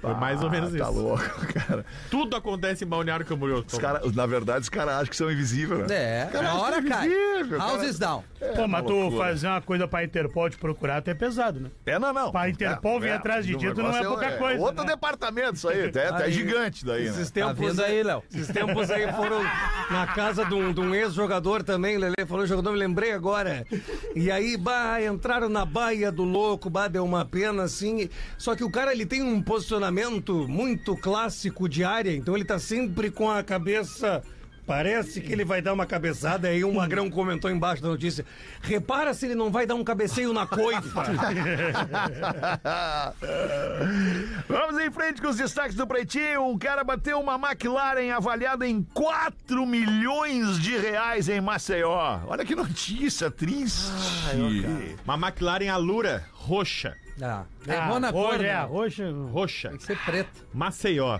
Speaker 9: Foi mais ou menos
Speaker 4: Ah,
Speaker 9: isso.
Speaker 4: Tá louco, [LAUGHS] cara.
Speaker 9: Tudo acontece em Balneário Camboriú.
Speaker 4: Os cara, os- na verdade, os caras acham que são invisíveis, né?
Speaker 5: É,
Speaker 4: Cara,
Speaker 5: na
Speaker 4: acho
Speaker 5: hora cai.
Speaker 4: previsível, cara.
Speaker 5: Houses down.
Speaker 9: Ah,
Speaker 6: Pô, mas
Speaker 4: uma
Speaker 6: tu
Speaker 4: loucura.
Speaker 6: fazer uma coisa pra Interpol te procurar, tu é pesado, né?
Speaker 4: É, não, não.
Speaker 6: Pra Interpol vir atrás de
Speaker 4: o
Speaker 6: ti, tu não é
Speaker 4: negócio um,
Speaker 6: pouca coisa,
Speaker 4: Outro
Speaker 6: né?
Speaker 4: departamento, isso
Speaker 6: [LAUGHS]
Speaker 4: aí. É, é
Speaker 5: Aí.
Speaker 4: gigante daí, né?
Speaker 8: Esses
Speaker 5: Tá
Speaker 8: tempos
Speaker 5: vindo aí, Léo.
Speaker 8: Esses tempos aí foram na casa de um, de um ex-jogador também, Lele falou jogador, me lembrei agora. E aí, bah, entraram na baia do louco, bah, deu uma pena assim. Só que o cara, ele tem um posicionamento muito clássico de área, então ele tá sempre com a cabeça... Parece que ele vai dar uma cabeçada aí, o
Speaker 9: Hum.
Speaker 8: Magrão comentou embaixo da notícia. Repara se ele não vai dar um cabeceio na
Speaker 9: [LAUGHS]
Speaker 8: coifa.
Speaker 4: Vamos em frente com os destaques do Pretinho. Um cara bateu uma McLaren avaliada em 4 milhões de reais em Maceió. Olha que notícia triste.
Speaker 9: Uma McLaren Alura roxa.
Speaker 5: Ah, errou na cor,
Speaker 6: roxa, é,
Speaker 5: né?
Speaker 6: roxa.
Speaker 9: Roxa.
Speaker 5: Tem que ser preto.
Speaker 9: Maceió.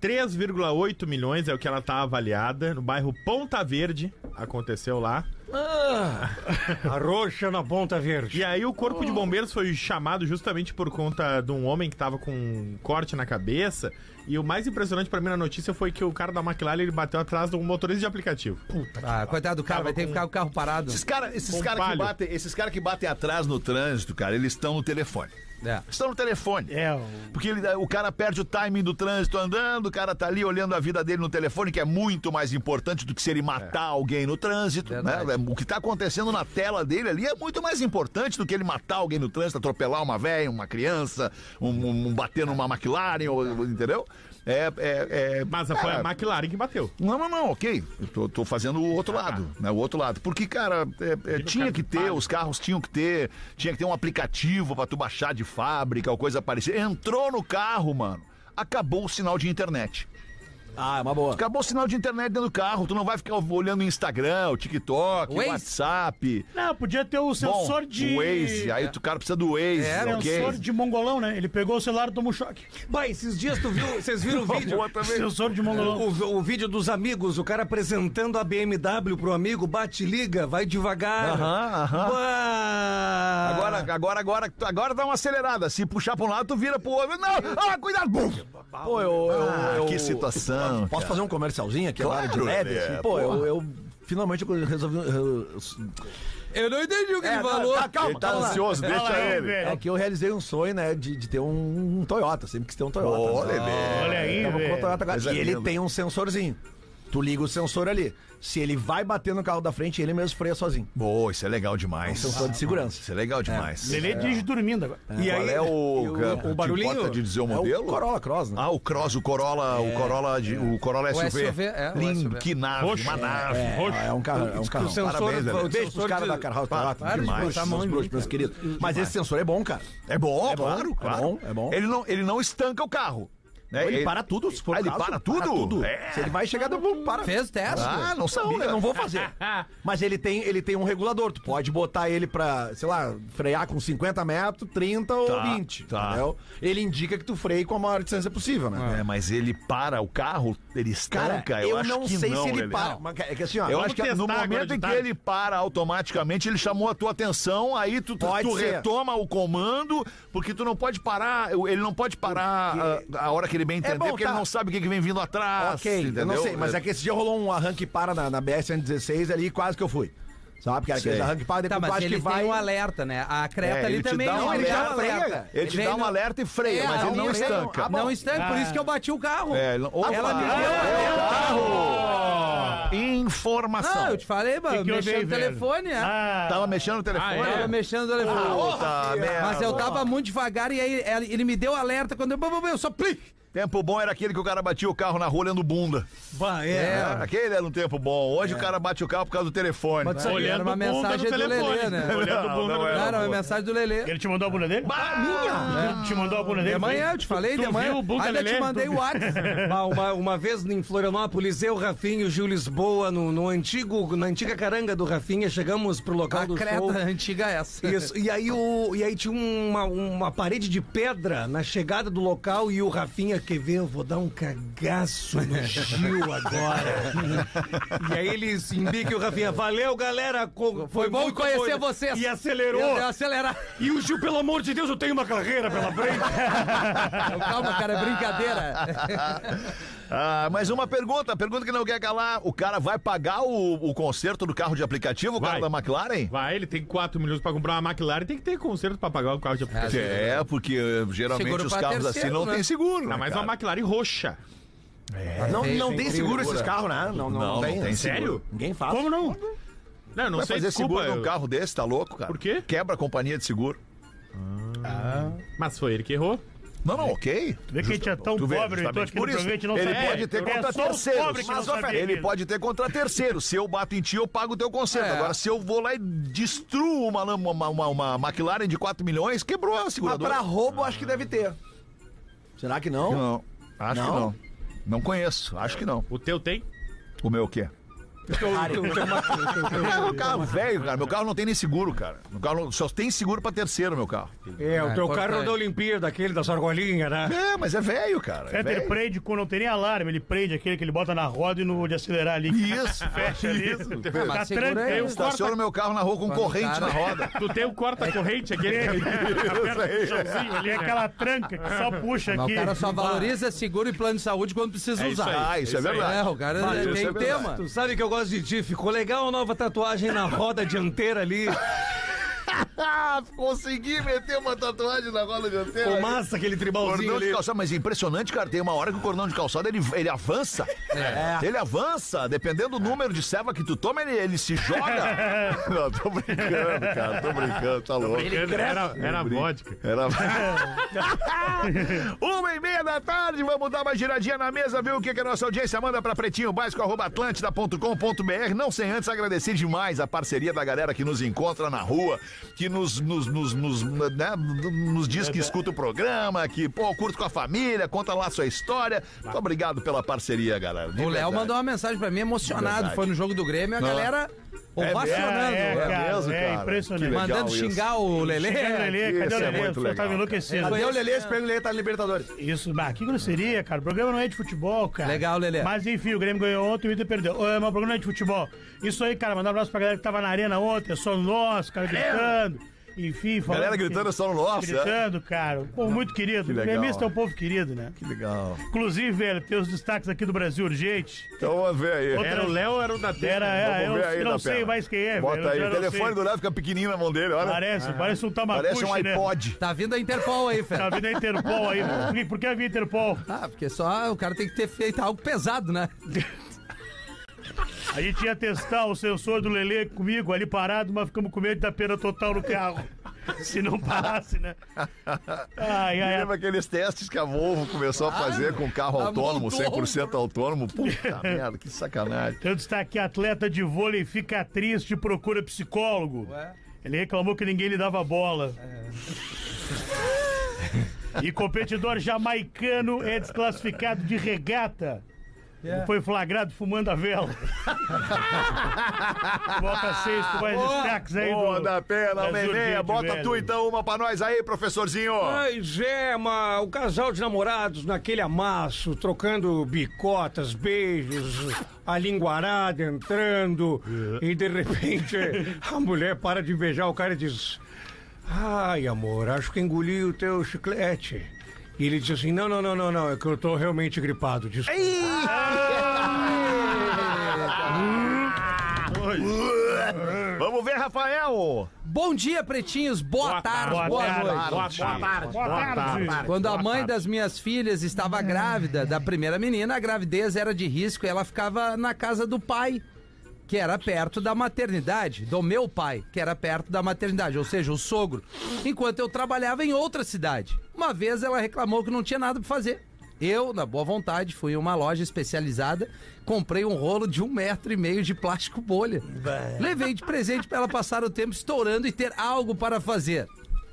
Speaker 9: 3,8 milhões é o que ela tá avaliada no bairro Ponta Verde. Aconteceu lá.
Speaker 8: a roxa na ponta verde.
Speaker 9: E aí o corpo de
Speaker 6: Oh.
Speaker 9: bombeiros foi chamado justamente por conta de um homem que tava com um corte na cabeça. E o mais impressionante pra mim na notícia foi que o cara da McLaren ele bateu atrás de um motorista de aplicativo.
Speaker 5: Ah, coitado do carro, vai ter que ficar o carro parado.
Speaker 4: Esses caras esses
Speaker 9: Com
Speaker 4: cara que,
Speaker 9: palho.
Speaker 4: batem- esses cara que batem atrás no trânsito, cara, eles estão no telefone.
Speaker 5: É.
Speaker 4: Estão no telefone.
Speaker 6: É, o...
Speaker 4: Porque ele- o cara perde o timing do trânsito andando, o cara tá ali olhando a vida dele no telefone, que é muito mais importante do que se ele matar alguém no trânsito.
Speaker 5: Verdade.
Speaker 4: né? O que tá acontecendo na tela dele ali é muito mais importante do que ele matar alguém no trânsito, atropelar uma velha, uma criança, um, um- um bater numa McLaren, ou- entendeu? É, é, é-
Speaker 9: Mas foi
Speaker 4: cara,
Speaker 9: a McLaren que bateu.
Speaker 4: não, não, não, ok. Eu tô, tô fazendo o outro lado, né? O outro lado. Porque, cara, é, é, tinha que ter, os carros tinham que ter, tinha que ter um aplicativo pra tu baixar de fábrica ou coisa parecida. Entrou no carro, mano. Acabou o sinal de internet.
Speaker 7: Ah, é uma boa.
Speaker 4: Acabou o sinal de internet dentro do carro. Tu não vai ficar olhando o Instagram, o TikTok,
Speaker 5: Waze.
Speaker 4: o WhatsApp.
Speaker 6: Não, podia ter o
Speaker 4: Bom,
Speaker 6: sensor de...
Speaker 4: O Waze. Aí o cara precisa do Waze,
Speaker 5: É,
Speaker 4: ok?
Speaker 6: Sensor de mongolão, né? Ele pegou o celular e tomou choque.
Speaker 8: Bah, esses dias tu viu, vocês viram o vídeo?
Speaker 4: Boa também.
Speaker 6: Sensor de mongolão.
Speaker 8: O, vi- o vídeo dos amigos, o cara apresentando a BMW pro amigo, bate, liga, vai devagar.
Speaker 4: Aham, aham.
Speaker 8: Bah!
Speaker 4: Agora, agora, agora, agora dá uma acelerada. Se puxar pra um lado, tu vira pro outro. Não! Ah, cuidado! Bum!
Speaker 7: Pô, eu. eu-
Speaker 4: Ah,
Speaker 7: eu-
Speaker 4: que situação.
Speaker 7: Posso fazer um comercialzinho aqui
Speaker 4: Claro,
Speaker 7: agora de leve?
Speaker 4: né?
Speaker 7: assim? Pô, eu, eu- Finalmente eu resolvi. eu- eu-
Speaker 5: Eu não entendi o que ele falou.
Speaker 7: tá, calma,
Speaker 4: Ele tá
Speaker 7: calma lá.
Speaker 4: ansioso, deixa
Speaker 6: Fala aí,
Speaker 4: ele.
Speaker 6: velho.
Speaker 7: É que eu realizei um sonho, né, de, de ter um, um Toyota. Sempre quis ter um Toyota.
Speaker 4: Olha,
Speaker 7: né?
Speaker 4: ele.
Speaker 6: Olha aí,
Speaker 7: Tava com o
Speaker 6: velho.
Speaker 7: Toyota agora.
Speaker 4: Coisa
Speaker 7: E ele
Speaker 4: linda.
Speaker 7: tem um sensorzinho. Tu liga o sensor ali. Se ele vai bater no carro da frente, ele mesmo freia sozinho.
Speaker 4: Boa, isso é legal demais.
Speaker 7: É um sensor de segurança.
Speaker 4: Isso é legal demais.
Speaker 6: Lele dirige dormindo agora.
Speaker 8: E
Speaker 4: Qual
Speaker 8: aí,
Speaker 4: é o,
Speaker 8: o-
Speaker 4: cara,
Speaker 8: o
Speaker 4: te
Speaker 8: barulhinho?
Speaker 4: importa de dizer o
Speaker 7: É
Speaker 4: modelo?
Speaker 7: o Corolla É. Cross, né?
Speaker 4: Ah, o Cross, o Corolla, o Corolla, de, o Corolla
Speaker 5: O
Speaker 4: SUV.
Speaker 5: SUV, é, o
Speaker 4: Lindo,
Speaker 5: SUV.
Speaker 4: que nave,
Speaker 9: Roxo.
Speaker 4: uma nave.
Speaker 9: É,
Speaker 7: Ah, é um carro, é um carro.
Speaker 8: o sensor,
Speaker 4: Parabéns, Lelê.
Speaker 8: o
Speaker 7: Deixa os
Speaker 8: sensor
Speaker 7: caras
Speaker 8: de-
Speaker 7: da Carhouse
Speaker 4: Para,
Speaker 7: Toyota.
Speaker 5: de
Speaker 7: Demais.
Speaker 5: botar a mão
Speaker 7: meus
Speaker 5: em
Speaker 7: bruxos,
Speaker 5: mim,
Speaker 7: meus queridos. Mas esse sensor é bom, cara.
Speaker 4: É bom,
Speaker 7: É bom,
Speaker 4: claro,
Speaker 7: é
Speaker 4: claro.
Speaker 7: bom, é bom.
Speaker 4: Ele não, ele não estanca o carro. né?
Speaker 7: Ele
Speaker 4: É-
Speaker 7: para tudo, se for
Speaker 4: Ah, ele
Speaker 7: caso,
Speaker 4: para tudo? É.
Speaker 7: Se ele vai chegar, eu vou para.
Speaker 5: Fez teste?
Speaker 4: Ah, não são,
Speaker 7: Bica,
Speaker 4: né?
Speaker 7: não vou fazer.
Speaker 4: [LAUGHS]
Speaker 7: Mas ele tem, ele tem um regulador. Tu pode botar ele pra, sei lá, frear com 50 metros, 30 ou
Speaker 4: Tá,
Speaker 7: 20.
Speaker 4: tá.
Speaker 7: Entendeu? Ele indica que tu freie com a maior distância possível, né?
Speaker 4: É, mas ele para o carro, ele
Speaker 7: Cara,
Speaker 4: estanca,
Speaker 7: eu,
Speaker 4: eu, acho
Speaker 7: não
Speaker 4: que
Speaker 7: sei
Speaker 4: não,
Speaker 7: se ele
Speaker 4: Lelê.
Speaker 7: para.
Speaker 4: Não.
Speaker 7: Mas é que assim, ó.
Speaker 4: Eu
Speaker 9: Vamos
Speaker 4: acho que no
Speaker 9: testar agora
Speaker 4: momento
Speaker 9: de
Speaker 4: em que
Speaker 9: tarde.
Speaker 4: ele para automaticamente, ele chamou a tua atenção, aí tu, tu,
Speaker 7: Pode
Speaker 4: tu
Speaker 7: ser.
Speaker 4: retoma o comando, porque tu não pode parar, ele não pode parar a, a hora que ele bem entender,
Speaker 7: bom,
Speaker 4: porque ele
Speaker 7: tá.
Speaker 4: não sabe o que, que vem vindo atrás.
Speaker 7: ok, eu não
Speaker 4: assim, entendeu?
Speaker 7: sei, mas é que esse dia rolou um arranque e para na, na BS-116 ali e quase que eu fui. Sabe? Porque era aquele
Speaker 4: Sei.
Speaker 7: arranque e para,
Speaker 5: Tá,
Speaker 7: depois tu
Speaker 5: mas
Speaker 7: acha que
Speaker 5: ele
Speaker 7: vai.
Speaker 5: tem um alerta, né? A creta
Speaker 4: É,
Speaker 5: ali
Speaker 4: ele te
Speaker 5: também
Speaker 4: dá um
Speaker 5: não, ele já
Speaker 4: alerta.
Speaker 5: alerta.
Speaker 4: Ele te
Speaker 5: Vem
Speaker 4: dá
Speaker 5: no-
Speaker 4: um alerta e freia,
Speaker 5: É,
Speaker 4: mas ele
Speaker 5: a
Speaker 4: não
Speaker 5: minha-
Speaker 4: estanca.
Speaker 5: Ah, bom. Não estanca, por isso que eu bati o carro.
Speaker 4: É, ele não- Opa!
Speaker 5: Ela me deu.
Speaker 4: Informação.
Speaker 5: Ah, eu te falei, mano,
Speaker 6: Que que eu
Speaker 5: mexendo
Speaker 6: dei,
Speaker 5: no
Speaker 6: velho?
Speaker 5: telefone, é.
Speaker 6: Ah,
Speaker 4: Tava mexendo no telefone?
Speaker 9: é?
Speaker 5: Eu tava mexendo no telefone.
Speaker 4: Ah, Puta merda.
Speaker 5: é. Mas eu tava muito devagar e aí ele- ele me deu alerta quando eu. bum, bum, bum, Eu só plic!
Speaker 4: Tempo bom era aquele que o cara batia o carro na rua olhando bunda.
Speaker 8: Vai, é.
Speaker 4: É, aquele era um tempo bom. Hoje o cara bate o carro por causa do telefone.
Speaker 5: Mas tu sabia, era
Speaker 9: Olhando
Speaker 5: uma
Speaker 9: bunda no
Speaker 5: mensagem do
Speaker 9: telefone.
Speaker 5: Lelê, né?
Speaker 9: Olhando
Speaker 4: Não,
Speaker 9: bunda
Speaker 4: não
Speaker 9: no
Speaker 4: é.
Speaker 5: Não, era uma
Speaker 4: boa.
Speaker 5: mensagem do Lelê.
Speaker 6: ele te mandou a bunda dele? Minha! Ele te mandou a bunda dele?
Speaker 5: né? De manhã, eu te falei,
Speaker 9: Tu
Speaker 5: de manhã.
Speaker 9: viu o bunda
Speaker 5: Ainda
Speaker 9: Lelê?
Speaker 5: te mandei o
Speaker 8: [LAUGHS]
Speaker 5: WhatsApp.
Speaker 8: Uma, uma- uma vez em Florianópolis, eu, Rafinha e o Gil Lisboa, no, no antigo, na antiga caranga do Rafinha, chegamos pro local
Speaker 5: A
Speaker 8: do
Speaker 5: creta
Speaker 8: show.
Speaker 5: antiga é essa.
Speaker 8: Isso, Tá e aí, o, e aí tinha uma, uma parede de pedra na chegada do local e o Rafinha, quer ver, eu vou dar um cagaço no Gil agora. e aí ele se embica e o Rafinha, valeu galera, co-
Speaker 5: Foi bom
Speaker 8: muito
Speaker 5: conhecer
Speaker 8: bom."
Speaker 5: vocês.
Speaker 8: E acelerou.
Speaker 5: Eu, eu acelerar.
Speaker 8: E o Gil, pelo amor de Deus, eu tenho uma carreira pela frente.
Speaker 5: Eu, Calma, cara, é brincadeira.
Speaker 4: Ah, mais uma pergunta, pergunta que não quer calar. O cara vai pagar o, o conserto do carro de aplicativo, o
Speaker 9: Vai.
Speaker 4: carro da McLaren?
Speaker 9: Vai, ele tem 4 milhões pra comprar uma McLaren, tem que ter conserto pra pagar o carro de aplicativo.
Speaker 4: É, porque eh, geralmente
Speaker 5: Seguro
Speaker 4: os
Speaker 5: pra
Speaker 4: carros
Speaker 5: terceiro,
Speaker 4: assim não
Speaker 5: né?
Speaker 4: têm seguro.
Speaker 9: Ainda
Speaker 4: né,
Speaker 9: mais
Speaker 4: cara?
Speaker 9: Ah, uma McLaren roxa.
Speaker 7: Não,
Speaker 5: Tem,
Speaker 7: não
Speaker 5: tem
Speaker 7: tem seguro esses carros, né? Não, não,
Speaker 4: Não, não
Speaker 7: tem.
Speaker 4: tem
Speaker 9: Sério?
Speaker 7: Ninguém faz.
Speaker 6: Como não?
Speaker 9: Não, eu não
Speaker 4: Vai
Speaker 9: sei,
Speaker 4: fazer
Speaker 9: desculpa.
Speaker 4: seguro
Speaker 9: eu-
Speaker 4: num carro desse, tá louco, cara?
Speaker 9: Por quê?
Speaker 4: Quebra a companhia de seguro.
Speaker 9: Mas foi ele que errou.
Speaker 4: Não, não, ok.
Speaker 6: Vê que a gente é tão
Speaker 4: Tu vê,
Speaker 6: pobre, tu acha
Speaker 4: justamente
Speaker 6: que no
Speaker 4: por isso,
Speaker 6: programa a gente não
Speaker 4: ele
Speaker 6: sabe.
Speaker 4: pode ter
Speaker 6: É
Speaker 4: contra
Speaker 6: só os pobres
Speaker 4: terceiros.
Speaker 6: que não
Speaker 4: Mas, ó,
Speaker 6: sabem
Speaker 4: ele
Speaker 6: disso.
Speaker 4: pode ter contra terceiros. Se eu bato em ti, eu pago o teu conserto.
Speaker 5: É.
Speaker 4: Agora, se eu vou lá e destruo uma, lama- uma, uma, uma McLaren de 4 milhões, quebrou a
Speaker 7: Mas pra
Speaker 4: seguradora.
Speaker 7: roubo, acho que deve ter. Será que não?
Speaker 4: Não, acho que
Speaker 7: Não?
Speaker 4: não. Não conheço, acho que não.
Speaker 9: O teu tem?
Speaker 4: O meu o quê? É um carro velho, cara. Meu carro não tem nem seguro, cara. Meu carro não- só tem seguro pra terceiro, meu carro.
Speaker 8: É, o teu carro
Speaker 5: Ah, importante.
Speaker 8: da Olimpíada, aquele das argolinhas, né?
Speaker 4: É, mas é velho, cara. É
Speaker 6: É, ele
Speaker 4: velho.
Speaker 6: prende quando não tem nem alarme, ele prende aquele que ele bota na roda e no de acelerar ali.
Speaker 4: Isso,
Speaker 6: Fecha ali. [LAUGHS]
Speaker 5: Ah, mas segura
Speaker 6: tranca,
Speaker 5: aí.
Speaker 6: eu-
Speaker 4: Estaciona meu carro na rua com
Speaker 5: Quando
Speaker 4: corrente
Speaker 5: o
Speaker 4: na
Speaker 5: cara-
Speaker 4: roda.
Speaker 9: Tu tem o corta-corrente, aquele que
Speaker 6: Tem
Speaker 4: né?
Speaker 6: aquela tranca que só puxa
Speaker 5: Mas
Speaker 6: aqui.
Speaker 5: o cara só valoriza seguro e plano de saúde quando precisa
Speaker 9: É isso
Speaker 5: usar.
Speaker 4: Ah, isso é
Speaker 9: Isso
Speaker 5: É,
Speaker 9: aí.
Speaker 4: verdade.
Speaker 5: o cara
Speaker 4: Mas isso
Speaker 5: tem
Speaker 4: é
Speaker 5: o
Speaker 4: verdade.
Speaker 5: tema.
Speaker 8: Tu sabe que eu gosto de ti, ficou legal a nova tatuagem na roda dianteira ali.
Speaker 4: Ah, consegui meter uma tatuagem na roda
Speaker 8: Pô,
Speaker 4: dianteira.
Speaker 8: massa aquele tribalzinho
Speaker 4: Cordão de
Speaker 8: ali.
Speaker 4: calçado, mas é impressionante, cara. Tem uma hora que o cordão de calçado ele, ele avança.
Speaker 8: É.
Speaker 4: Ele avança. Dependendo do número de serva que tu toma, ele, ele se
Speaker 8: [LAUGHS]
Speaker 4: joga. Não, tô brincando, cara. Tô brincando, tá louco.
Speaker 9: Era, era vodka.
Speaker 4: Era... [LAUGHS] Uma e meia da tarde, vamos dar uma giradinha na mesa, ver o que, que a nossa audiência manda pra pretinhobásico.atlântida.com.br. Não sem antes agradecer demais a parceria da galera que nos encontra na rua, que nos, nos, nos, nos, né, nos diz que escuta o programa, que pô, curto com a família, conta lá a sua história. Muito obrigado pela parceria, galera. de
Speaker 5: O Léo
Speaker 4: verdade.
Speaker 5: mandou uma mensagem pra mim emocionado.
Speaker 4: Verdade.
Speaker 5: Foi no jogo do Grêmio, a galera ovacionando.
Speaker 6: É, é, cara,
Speaker 4: mesmo,
Speaker 6: é
Speaker 4: cara?
Speaker 6: impressionante.
Speaker 4: Que legal
Speaker 5: Mandando
Speaker 4: isso.
Speaker 5: xingar o Lelê.
Speaker 6: Chega, Lelê, cadê
Speaker 4: Isso
Speaker 6: o
Speaker 4: é
Speaker 6: Lelê?
Speaker 4: muito
Speaker 6: o senhor tá
Speaker 4: legal. é
Speaker 6: tava enlouquecido.
Speaker 7: Cadê o Lelê? Espera que o Lelê tá no Libertadores.
Speaker 6: Isso, bah, que grosseria, cara. O programa não é de futebol, cara.
Speaker 5: Legal, Lelê.
Speaker 6: Mas enfim, o Grêmio ganhou ontem e o Inter perdeu. É, mas o programa não é de futebol. Isso aí, cara. Mandar um abraço pra galera que tava na arena ontem. É só nós, cara, gritando. Enfim, falando.
Speaker 4: Galera gritando, é só no nosso, é?
Speaker 6: Gritando, cara. Um povo muito querido. O
Speaker 4: legal.
Speaker 6: gremista é um povo querido, né?
Speaker 4: Que legal.
Speaker 6: Inclusive, velho, tem os destaques aqui do Brasil urgente.
Speaker 4: Então vamos ver aí.
Speaker 6: Outra-
Speaker 9: Era o Léo, era o da
Speaker 6: Era,
Speaker 9: Terra.
Speaker 6: é,
Speaker 4: Vamos ver aí
Speaker 6: eu não
Speaker 4: da
Speaker 6: sei
Speaker 4: perna.
Speaker 6: mais quem é,
Speaker 4: Bota
Speaker 6: velho.
Speaker 4: aí, o
Speaker 6: eu já não
Speaker 4: telefone do
Speaker 6: sei.
Speaker 4: Léo fica pequenininho na mão dele, olha.
Speaker 6: Parece, parece um tamacuxi,
Speaker 4: Parece um
Speaker 6: né? [LAUGHS]
Speaker 4: iPod.
Speaker 5: Tá vindo a Interpol aí,
Speaker 6: Tá
Speaker 5: Fer.
Speaker 6: vindo a Interpol aí. Por que- Por que a é Interpol?
Speaker 5: Ah, porque só o cara tem que ter feito algo pesado, né?
Speaker 6: A gente ia testar o sensor do Lelê comigo ali parado, mas ficamos com medo da perda total no carro. [LAUGHS] Se não parasse, né? Ai, ai,
Speaker 4: Lembra
Speaker 6: ai.
Speaker 4: aqueles testes que a Volvo começou a fazer com carro
Speaker 5: Ah,
Speaker 4: autônomo,
Speaker 5: mudou.
Speaker 4: 100% autônomo? Puta [LAUGHS] merda, que sacanagem.
Speaker 6: Tem um destaque: atleta de vôlei fica triste e procura psicólogo. Ele reclamou que ninguém lhe dava bola. E competidor jamaicano é desclassificado de regata. Foi flagrado fumando a vela. Bota seis com mais destaques aí.
Speaker 4: Ô,
Speaker 6: do-
Speaker 4: da pena,
Speaker 6: das
Speaker 4: Leleia,
Speaker 6: urgentes,
Speaker 4: bota
Speaker 6: velho.
Speaker 4: tu então uma pra nós aí, professorzinho.
Speaker 8: Pois é, ma, o casal de namorados naquele amasso, trocando bicotas, beijos, a linguarada entrando, e de repente [LAUGHS] a mulher para de beijar o cara e diz: Ai, amor, acho que engoli o teu chiclete. E ele diz assim: Não, não, não, não, não, é que eu tô realmente gripado. Desculpa.
Speaker 4: Vamos ver, Rafael.
Speaker 5: Bom dia, pretinhos. Boa, tarde,
Speaker 6: Boa
Speaker 5: boa
Speaker 6: tarde.
Speaker 5: noite.
Speaker 9: Boa tarde.
Speaker 6: Boa tarde.
Speaker 5: Quando a mãe das minhas filhas estava grávida da primeira menina, a gravidez era de risco e ela ficava na casa do pai, que era perto da maternidade, do meu pai, que era perto da maternidade, ou seja, o sogro, enquanto eu trabalhava em outra cidade. Uma vez ela reclamou que não tinha nada para fazer. Eu, na boa vontade, fui em uma loja especializada, comprei um rolo de um metro e meio de plástico bolha. Levei de presente para ela passar o tempo estourando e ter algo para fazer.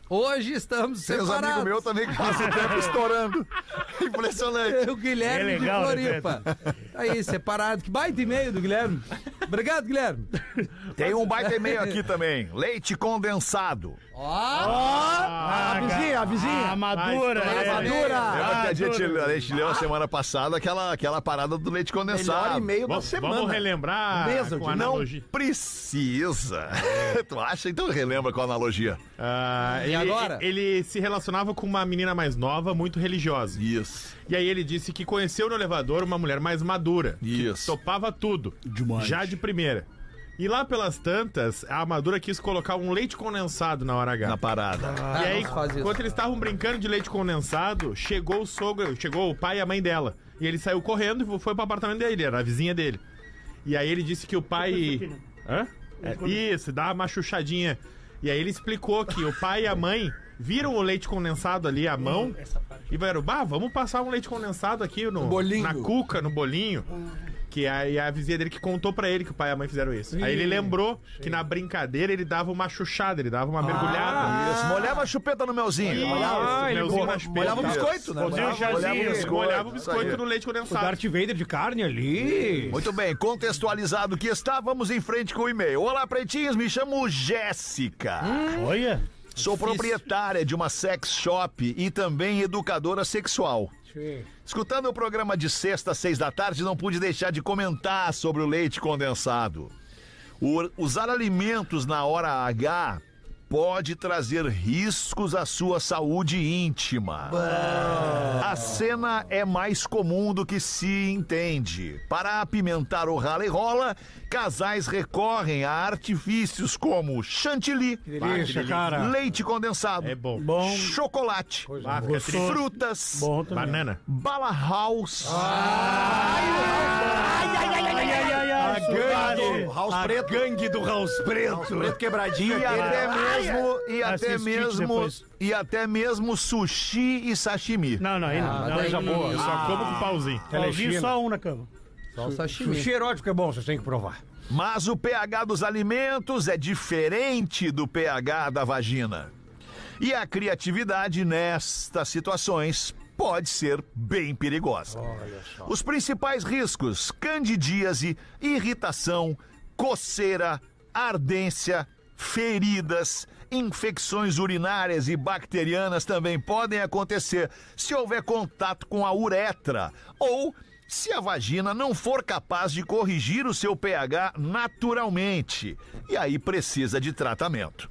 Speaker 5: Hoje estamos
Speaker 4: Tem uns
Speaker 5: separados.
Speaker 4: amigos meus também que passam o tempo estourando. Impressionante.
Speaker 5: O Guilherme
Speaker 6: É legal,
Speaker 5: de
Speaker 6: né,
Speaker 5: Floripa. Aí, separado. Que baita e-mail do Guilherme. Obrigado, Guilherme.
Speaker 4: Tem um baita e-mail aqui também. Leite condensado.
Speaker 5: Ó,
Speaker 6: Ah, a vizinha, a vizinha. A madura.
Speaker 9: Mas-
Speaker 6: é.
Speaker 7: Madura.
Speaker 4: Eu
Speaker 6: Ah,
Speaker 4: até a gente,
Speaker 6: tudo.
Speaker 4: a gente leu a semana passada aquela, aquela parada do leite
Speaker 7: Melhor
Speaker 4: condensado.
Speaker 7: e-mail da
Speaker 9: Vamos,
Speaker 7: semana.
Speaker 9: vamos relembrar
Speaker 7: Mesa,
Speaker 9: com
Speaker 7: eu
Speaker 9: a
Speaker 4: Não
Speaker 9: analogia.
Speaker 4: precisa. [LAUGHS] tu acha? Então relembra com a analogia.
Speaker 9: Ah,
Speaker 5: E
Speaker 9: ele,
Speaker 5: agora?
Speaker 9: Ele se relacionava com uma menina mais nova, muito religiosa.
Speaker 4: Isso.
Speaker 9: E aí ele disse que conheceu no elevador uma mulher mais madura.
Speaker 4: Isso.
Speaker 9: Que topava tudo.
Speaker 1: Demais.
Speaker 9: Já de primeira. E lá pelas tantas, a madura quis colocar um leite condensado na hora H.
Speaker 4: Na parada.
Speaker 9: E aí,
Speaker 5: não se faz isso.
Speaker 9: enquanto eles estavam brincando de leite condensado, chegou o sogro, chegou o pai e a mãe dela. E ele saiu correndo e foi pro apartamento dele, era a vizinha dele. E aí ele disse que o pai. Hã? É, isso, dá uma chuchadinha. E aí ele explicou que o pai e a mãe viram o leite condensado ali à mão e falaram, bah, vamos passar um leite condensado aqui no,
Speaker 7: bolinho.
Speaker 9: na cuca, no bolinho. Que aí a vizinha dele que contou pra ele que o pai e a mãe fizeram isso. Aí ele lembrou que na brincadeira ele dava uma chuchada, ele dava uma mergulhada.
Speaker 4: Isso. Molhava a chupeta no melzinho.
Speaker 9: Ah, ele
Speaker 4: Melzinho
Speaker 9: molhava-
Speaker 4: mais perto.
Speaker 7: Molhava o
Speaker 4: Isso.
Speaker 7: biscoito, né?
Speaker 6: Fazia um
Speaker 7: Molhava-
Speaker 6: chazinho.
Speaker 4: molhava o
Speaker 9: Isso,
Speaker 4: biscoito.
Speaker 9: molhava o
Speaker 4: Isso aí.
Speaker 9: biscoito no leite
Speaker 8: O
Speaker 9: condensado.
Speaker 8: Darth Vader de carne ali.
Speaker 4: Muito bem, contextualizado que está, vamos em frente com o e-mail. Olá, pretinhos, me chamo Jéssica.
Speaker 6: Olha.
Speaker 4: Sou proprietária de uma sex shop e também educadora sexual. Escutando o programa de sexta às seis da tarde, não pude deixar de comentar sobre o leite condensado. O- usar alimentos na hora H pode trazer riscos à sua saúde íntima. A cena é mais comum do que se entende. Para apimentar o rala e rola, casais recorrem a artifícios como chantilly,
Speaker 8: delícia, cara.
Speaker 4: leite condensado,
Speaker 9: É bom.
Speaker 6: Ah. Bom.
Speaker 4: chocolate,
Speaker 9: Ah, fica triste.
Speaker 4: frutas,
Speaker 6: Bom Ah, também.
Speaker 9: Banana.
Speaker 4: bala house.
Speaker 6: Ai, ai, ai,
Speaker 9: Tá
Speaker 6: ai.
Speaker 7: Gangue.
Speaker 6: saudade.
Speaker 7: House Preto. Gangue do House Preto. House Preto quebradinho.
Speaker 4: E
Speaker 7: aquele,
Speaker 4: até
Speaker 7: né?
Speaker 4: mesmo, e
Speaker 6: Assiste
Speaker 4: até mesmo,
Speaker 6: depois.
Speaker 4: e até mesmo sushi e sashimi.
Speaker 6: Não, não, aí não. não, aí é não.
Speaker 9: Eu Ah, só como com pauzinho.
Speaker 6: Pauzinho
Speaker 8: Telechina.
Speaker 6: Ah, só um na cama.
Speaker 5: só o sashimi.
Speaker 8: Sushi erótico é bom, vocês têm que provar.
Speaker 4: Mas o pH dos alimentos é diferente do pH da vagina. E a criatividade nestas situações pode ser bem perigosa. Os principais riscos: candidíase, irritação, coceira, ardência, feridas, infecções urinárias e bacterianas também podem acontecer se houver contato com a uretra ou se a vagina não for capaz de corrigir o seu pH naturalmente. E aí precisa de tratamento.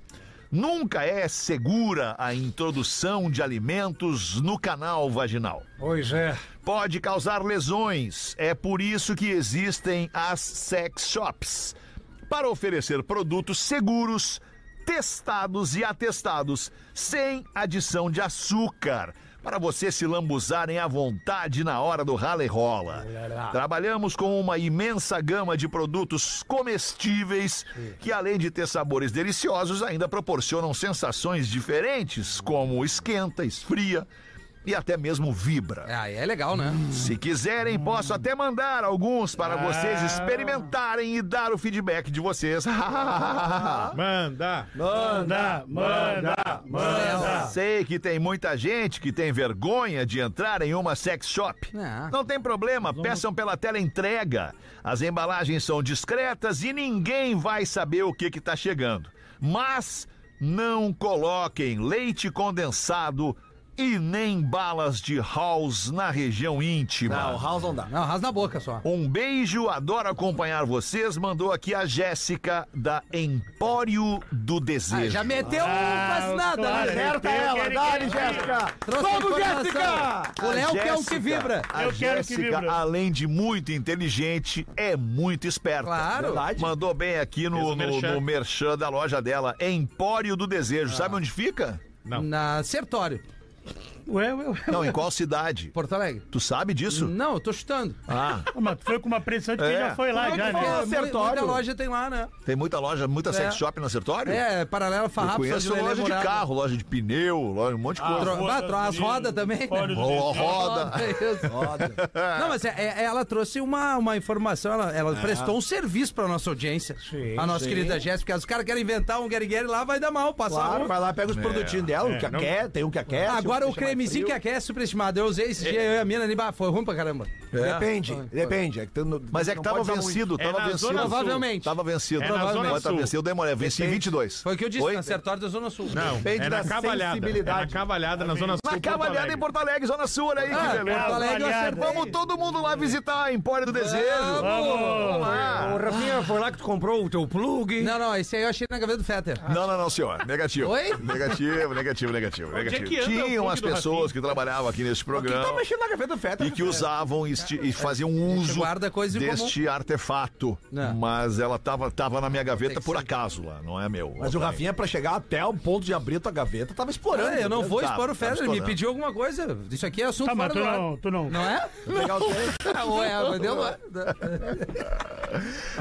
Speaker 4: Nunca é segura a introdução de alimentos no canal vaginal.
Speaker 8: Pois é.
Speaker 4: Pode causar lesões. É por isso que existem as sex shops para oferecer produtos seguros, testados e atestados, sem adição de açúcar. Para vocês se lambuzarem à vontade na hora do rala e rola. Trabalhamos com uma imensa gama de produtos comestíveis que, além de ter sabores deliciosos, ainda proporcionam sensações diferentes, como esquenta, esfria, e até mesmo vibra.
Speaker 5: Ah, é legal, né?
Speaker 4: Se quiserem, posso até mandar alguns para vocês experimentarem e dar o feedback de vocês. Ah.
Speaker 9: Manda.
Speaker 6: Manda, manda, manda.
Speaker 4: Sei que tem muita gente que tem vergonha de entrar em uma sex shop.
Speaker 5: Ah.
Speaker 4: Não tem problema, peçam pela tela entrega. As embalagens são discretas e ninguém vai saber o que está chegando. Mas não coloquem leite condensado e nem balas de house na região íntima.
Speaker 7: Não, House não dá.
Speaker 5: Não, rasga na boca só.
Speaker 4: Um beijo, adoro acompanhar vocês. Mandou aqui a Jéssica da Empório do
Speaker 5: Ah,
Speaker 4: Desejo.
Speaker 5: já meteu um, faz nada,
Speaker 6: claro.
Speaker 5: né?
Speaker 7: Acerta ela, dá-lhe, Jéssica!
Speaker 5: Trouxe
Speaker 7: Vamos,
Speaker 5: informação.
Speaker 7: Jéssica!
Speaker 5: O Léo que é o que
Speaker 4: Jéssica,
Speaker 5: vibra.
Speaker 4: A
Speaker 6: Eu quero que
Speaker 4: Jéssica,
Speaker 6: vibra.
Speaker 4: além de muito inteligente, é muito esperta.
Speaker 5: Claro.
Speaker 7: Verdade.
Speaker 4: Mandou bem aqui
Speaker 9: Fez
Speaker 4: no,
Speaker 9: o
Speaker 4: no,
Speaker 9: merchan.
Speaker 4: no merchan da loja dela, Empório do Desejo.
Speaker 5: Ah.
Speaker 4: Sabe onde fica?
Speaker 9: Não.
Speaker 5: Na Sertório,
Speaker 6: Ué, ué, ué.
Speaker 4: Não, em qual cidade?
Speaker 5: Porto Alegre.
Speaker 4: Tu sabe disso?
Speaker 5: Não, eu tô chutando.
Speaker 4: Ah,
Speaker 6: Mas tu foi com uma pressão de quem
Speaker 4: É.
Speaker 6: já foi lá, já, né?
Speaker 5: Porque mu- Muita
Speaker 7: Sertório.
Speaker 5: loja tem lá, né?
Speaker 4: tem muita loja, muita sex
Speaker 5: É.
Speaker 4: shop no Sertório?
Speaker 5: É, paralela
Speaker 4: Eu
Speaker 5: farrapo,
Speaker 4: conheço
Speaker 5: Lelê
Speaker 4: loja de
Speaker 5: Murado.
Speaker 4: carro, loja de pneu, loja, um monte
Speaker 9: Ah.
Speaker 4: de coisa.
Speaker 5: Tro- bah, tro- as rodas também.
Speaker 6: Olhos
Speaker 5: Né?
Speaker 6: do
Speaker 4: Ro- Roda.
Speaker 5: Roda, [LAUGHS] isso. Não, mas é- é- ela trouxe uma, uma informação, ela, ela
Speaker 4: Ah.
Speaker 5: prestou um serviço pra nossa audiência. a nossa querida Jéssica. Os caras querem inventar um Gary Gary lá, vai dar mal, passar
Speaker 7: Claro,
Speaker 5: um.
Speaker 7: vai lá, pega os produtinhos dela, o que
Speaker 9: não-
Speaker 7: quer, tem um que quer.
Speaker 5: Agora o cremezinho que aquece é superestimado. Eu usei esse dia, eu e a mina ali, bah, foi ruim pra caramba.
Speaker 7: Depende, depende. É que tu não-
Speaker 4: Mas é que
Speaker 7: não
Speaker 4: tava
Speaker 7: pode um usar muito.
Speaker 4: vencido,
Speaker 9: É
Speaker 4: tava
Speaker 9: na
Speaker 4: vencido.
Speaker 9: Zona Sul.
Speaker 5: Provavelmente.
Speaker 4: Tava vencido.
Speaker 9: É na Zona
Speaker 4: Mas tá
Speaker 9: Sul.
Speaker 4: vencido, eu demorei, eu venci em 22.
Speaker 5: Foi o que eu disse,
Speaker 4: Oi?
Speaker 5: na Sertório da Zona Sul.
Speaker 9: Não,
Speaker 7: Depende
Speaker 9: é na
Speaker 7: da
Speaker 9: cavalhada. É na
Speaker 7: sensibilidade.
Speaker 9: cavalhada, na zona sul.
Speaker 4: Na
Speaker 9: Porto
Speaker 4: cavalhada
Speaker 9: Alegre.
Speaker 4: em Porto Alegre, Zona Sul, olha aí
Speaker 5: Ah,
Speaker 4: que beleza.
Speaker 5: Porto Alegre eu acertei.
Speaker 4: Vamos todo mundo lá visitar a Empório do Desejo.
Speaker 6: Vamos!
Speaker 4: Ah.
Speaker 8: Ô, Rafinha, foi lá que tu comprou o teu plug?
Speaker 5: Não, não, esse aí eu achei na gaveta do Fetter.
Speaker 4: Ah. Não, não, não, senhor. Negativo.
Speaker 5: Oi?
Speaker 4: Negativo, negativo, negativo.
Speaker 9: é
Speaker 4: negativo.
Speaker 9: que anda o
Speaker 4: Tinham
Speaker 9: funk
Speaker 4: as
Speaker 9: do
Speaker 4: pessoas
Speaker 9: Rafinha?
Speaker 4: que trabalhavam aqui nesse programa
Speaker 7: Tá mexendo na gaveta do Feta.
Speaker 4: e
Speaker 5: né?
Speaker 4: que usavam este, e faziam uso
Speaker 5: É. guarda coisa em
Speaker 4: deste artefato.
Speaker 5: É.
Speaker 4: Mas ela tava, tava na minha gaveta
Speaker 5: Tem que
Speaker 4: por
Speaker 5: ser.
Speaker 4: acaso lá, não é meu.
Speaker 7: Mas o Rafinha, pra chegar até o ponto de abrir a tua gaveta, tava explorando.
Speaker 5: Ah, eu não vou
Speaker 4: Tá,
Speaker 5: expor
Speaker 4: tá
Speaker 5: o Federer, me
Speaker 4: estourando.
Speaker 5: pediu alguma coisa. Isso aqui é assunto
Speaker 6: Tá,
Speaker 5: fora
Speaker 6: mas tu
Speaker 5: do ar.
Speaker 6: não, tu não.
Speaker 5: Não é?
Speaker 7: Pegar o teu-
Speaker 5: Ou é,
Speaker 4: [LAUGHS]
Speaker 5: mas deu lá.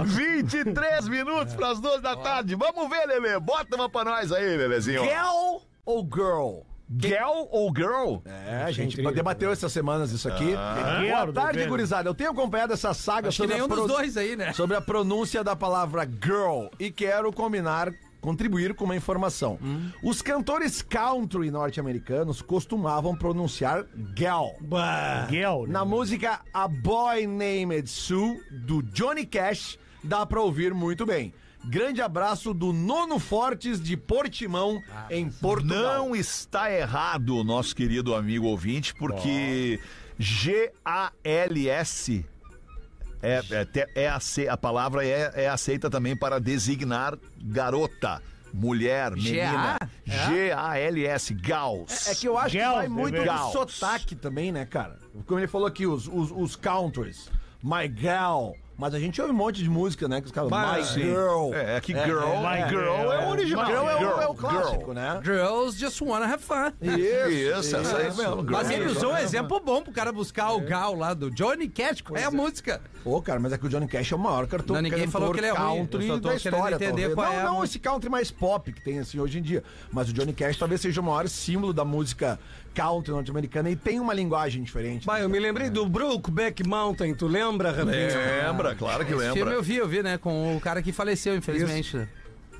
Speaker 4: 23 minutos pras duas da tarde. Vamos ver, Lelê. Bota uma pra nós aí, Lelezinho.
Speaker 7: Girl ou girl?
Speaker 4: Girl ou girl? Ah.
Speaker 7: É, a gente debateu essas semanas isso aqui. Boa
Speaker 6: Girl,
Speaker 7: tarde,
Speaker 6: depende.
Speaker 7: gurizada. Eu tenho acompanhado essa saga
Speaker 5: Que
Speaker 7: sobre
Speaker 5: nenhum
Speaker 7: a
Speaker 5: dos
Speaker 7: pro-
Speaker 5: dois aí, né?
Speaker 7: sobre a pronúncia da palavra girl e quero combinar, contribuir com uma informação.
Speaker 5: Hum.
Speaker 7: Os cantores country norte-americanos costumavam pronunciar gal.
Speaker 6: Gel, né?
Speaker 7: Na música A Boy Named Sue, do Johnny Cash, dá pra ouvir muito bem. Grande abraço do Nono Fortes de Portimão, em Portugal.
Speaker 4: Ah, Não está errado o nosso querido amigo ouvinte, porque G-A-L-S é, é, te- é ace- a palavra é, é aceita também para designar garota, mulher, menina. G-A-L-S, gals.
Speaker 7: É que eu acho
Speaker 6: Gals,
Speaker 7: que vai
Speaker 6: né,
Speaker 7: muito
Speaker 4: Gals.
Speaker 7: de sotaque também, né, cara? Como ele falou aqui, os, os, os countries. My gal. Mas a gente ouve um monte de música, né? Que os caras. My girl.
Speaker 4: É, é que girl,
Speaker 6: é,
Speaker 4: girl,
Speaker 6: é,
Speaker 4: é o original.
Speaker 7: Girl é o, é o
Speaker 4: Girl,
Speaker 7: clássico,
Speaker 4: girl.
Speaker 7: né?
Speaker 5: Girls just wanna have fun.
Speaker 4: Isso, essa é isso. Girl.
Speaker 5: Mas ele usou um exemplo bom pro cara buscar
Speaker 4: É.
Speaker 5: o Gal lá do Johnny Cash. Qual é a música?
Speaker 7: Pô, cara, mas é que o Johnny Cash é o maior cartão.
Speaker 5: Não, ninguém
Speaker 7: cantor
Speaker 5: falou que ele é ruim.
Speaker 7: country
Speaker 5: Eu só tô
Speaker 7: da
Speaker 5: querendo
Speaker 7: história,
Speaker 5: entender
Speaker 7: talvez.
Speaker 5: qual
Speaker 7: não,
Speaker 5: é a
Speaker 7: não
Speaker 5: música.
Speaker 7: esse country mais pop que tem assim hoje em dia. Mas o Johnny Cash talvez seja o maior símbolo da música country norte-americana e tem uma linguagem diferente.
Speaker 8: Bah, eu me lembrei do Brokeback Mountain, tu lembra, Rafinha?
Speaker 4: Lembra, claro que
Speaker 5: Esse filme
Speaker 4: lembra.
Speaker 5: eu vi, eu vi, né? Com o cara que faleceu, infelizmente. né?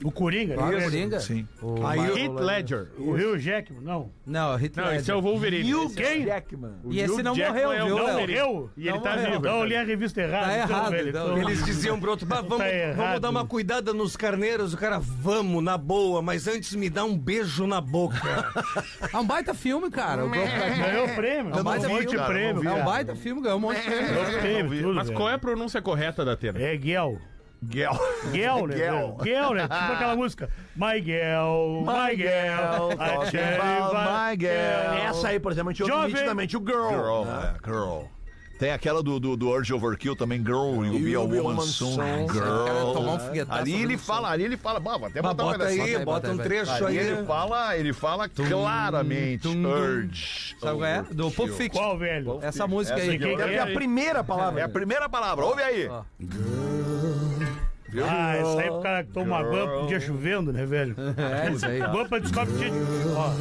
Speaker 6: O Coringa,
Speaker 5: Lá no
Speaker 6: né?
Speaker 5: Coringa?
Speaker 4: Sim.
Speaker 5: O
Speaker 8: Aí
Speaker 5: Michael
Speaker 9: Heath Ledger.
Speaker 6: O Rio Jackman, não.
Speaker 5: Não, Heath
Speaker 9: Não, esse
Speaker 5: Ledger.
Speaker 9: é o Wolverine.
Speaker 7: Hugh
Speaker 9: Esse é o-
Speaker 7: Jackman.
Speaker 5: E esse
Speaker 9: Hugh
Speaker 5: não
Speaker 9: Jackman
Speaker 5: morreu,
Speaker 9: é o
Speaker 5: viu, um
Speaker 6: Não
Speaker 9: Léo.
Speaker 6: morreu?
Speaker 9: E ele
Speaker 5: Não
Speaker 9: tá
Speaker 5: morreu.
Speaker 9: vivo.
Speaker 6: Então eu li a revista errada.
Speaker 5: Tá
Speaker 6: então,
Speaker 5: errado,
Speaker 6: velho,
Speaker 5: então.
Speaker 6: então.
Speaker 8: Eles diziam pro outro, "Bah, vamos,
Speaker 6: errado.
Speaker 8: vamos dar uma cuidada nos carneiros. O cara, vamos, na boa, mas antes me dá um beijo na boca.
Speaker 5: É um baita filme, cara. O Brokeback
Speaker 6: [LAUGHS] Ganhou o prêmio.
Speaker 5: Não, mas eu
Speaker 6: ganhou um
Speaker 5: vi,
Speaker 6: monte de
Speaker 4: cara,
Speaker 6: prêmio.
Speaker 4: não vi.
Speaker 5: É um
Speaker 6: cara.
Speaker 5: baita filme, ganhou um monte de prêmio.
Speaker 6: Ganhou prêmio, tudo,
Speaker 9: Mas
Speaker 6: velho.
Speaker 9: qual é a pronúncia correta da Atena?
Speaker 6: É Gel.
Speaker 4: Girl.
Speaker 6: Gel, né?
Speaker 4: Gel.
Speaker 6: velho? Gel, né?
Speaker 5: [LAUGHS]
Speaker 6: Tipo aquela música. My Gel, My Gel, I tell you what-
Speaker 4: My girl.
Speaker 7: Essa [LAUGHS] aí, por exemplo, a gente ouve
Speaker 6: é Jovem.
Speaker 7: nitidamente o girl.
Speaker 4: Girl,
Speaker 7: né?
Speaker 4: é, girl. Tem aquela do, do, do Urge Overkill também, Girl, You'll Be a Woman Soon,
Speaker 5: O cara ia tomar um
Speaker 4: Girl.
Speaker 5: foguetaço
Speaker 4: Ali ele
Speaker 5: fazendo
Speaker 4: fala, ali ele fala, bah, vou até
Speaker 8: Mas
Speaker 4: botar uma
Speaker 8: bota aí,
Speaker 4: dessa.
Speaker 8: bota,
Speaker 5: aí,
Speaker 8: um
Speaker 5: bota aí,
Speaker 8: trecho
Speaker 4: Ali
Speaker 8: aí.
Speaker 4: ele fala, ele fala claramente,
Speaker 5: tum, tum.
Speaker 4: Urge.
Speaker 5: Sabe qual é? Do Pulp Fiction.
Speaker 6: Qual, velho?
Speaker 5: Essa música
Speaker 4: Essa
Speaker 5: aí.
Speaker 4: aqui é
Speaker 7: É a primeira palavra.
Speaker 4: É a primeira palavra, ouve aí.
Speaker 5: Ó.
Speaker 4: Viu?
Speaker 6: Ah, essa aí o cara que toma uma banho podia chovendo, né, velho?
Speaker 5: É, isso aí.
Speaker 6: Bampa descobre dia de... Ó.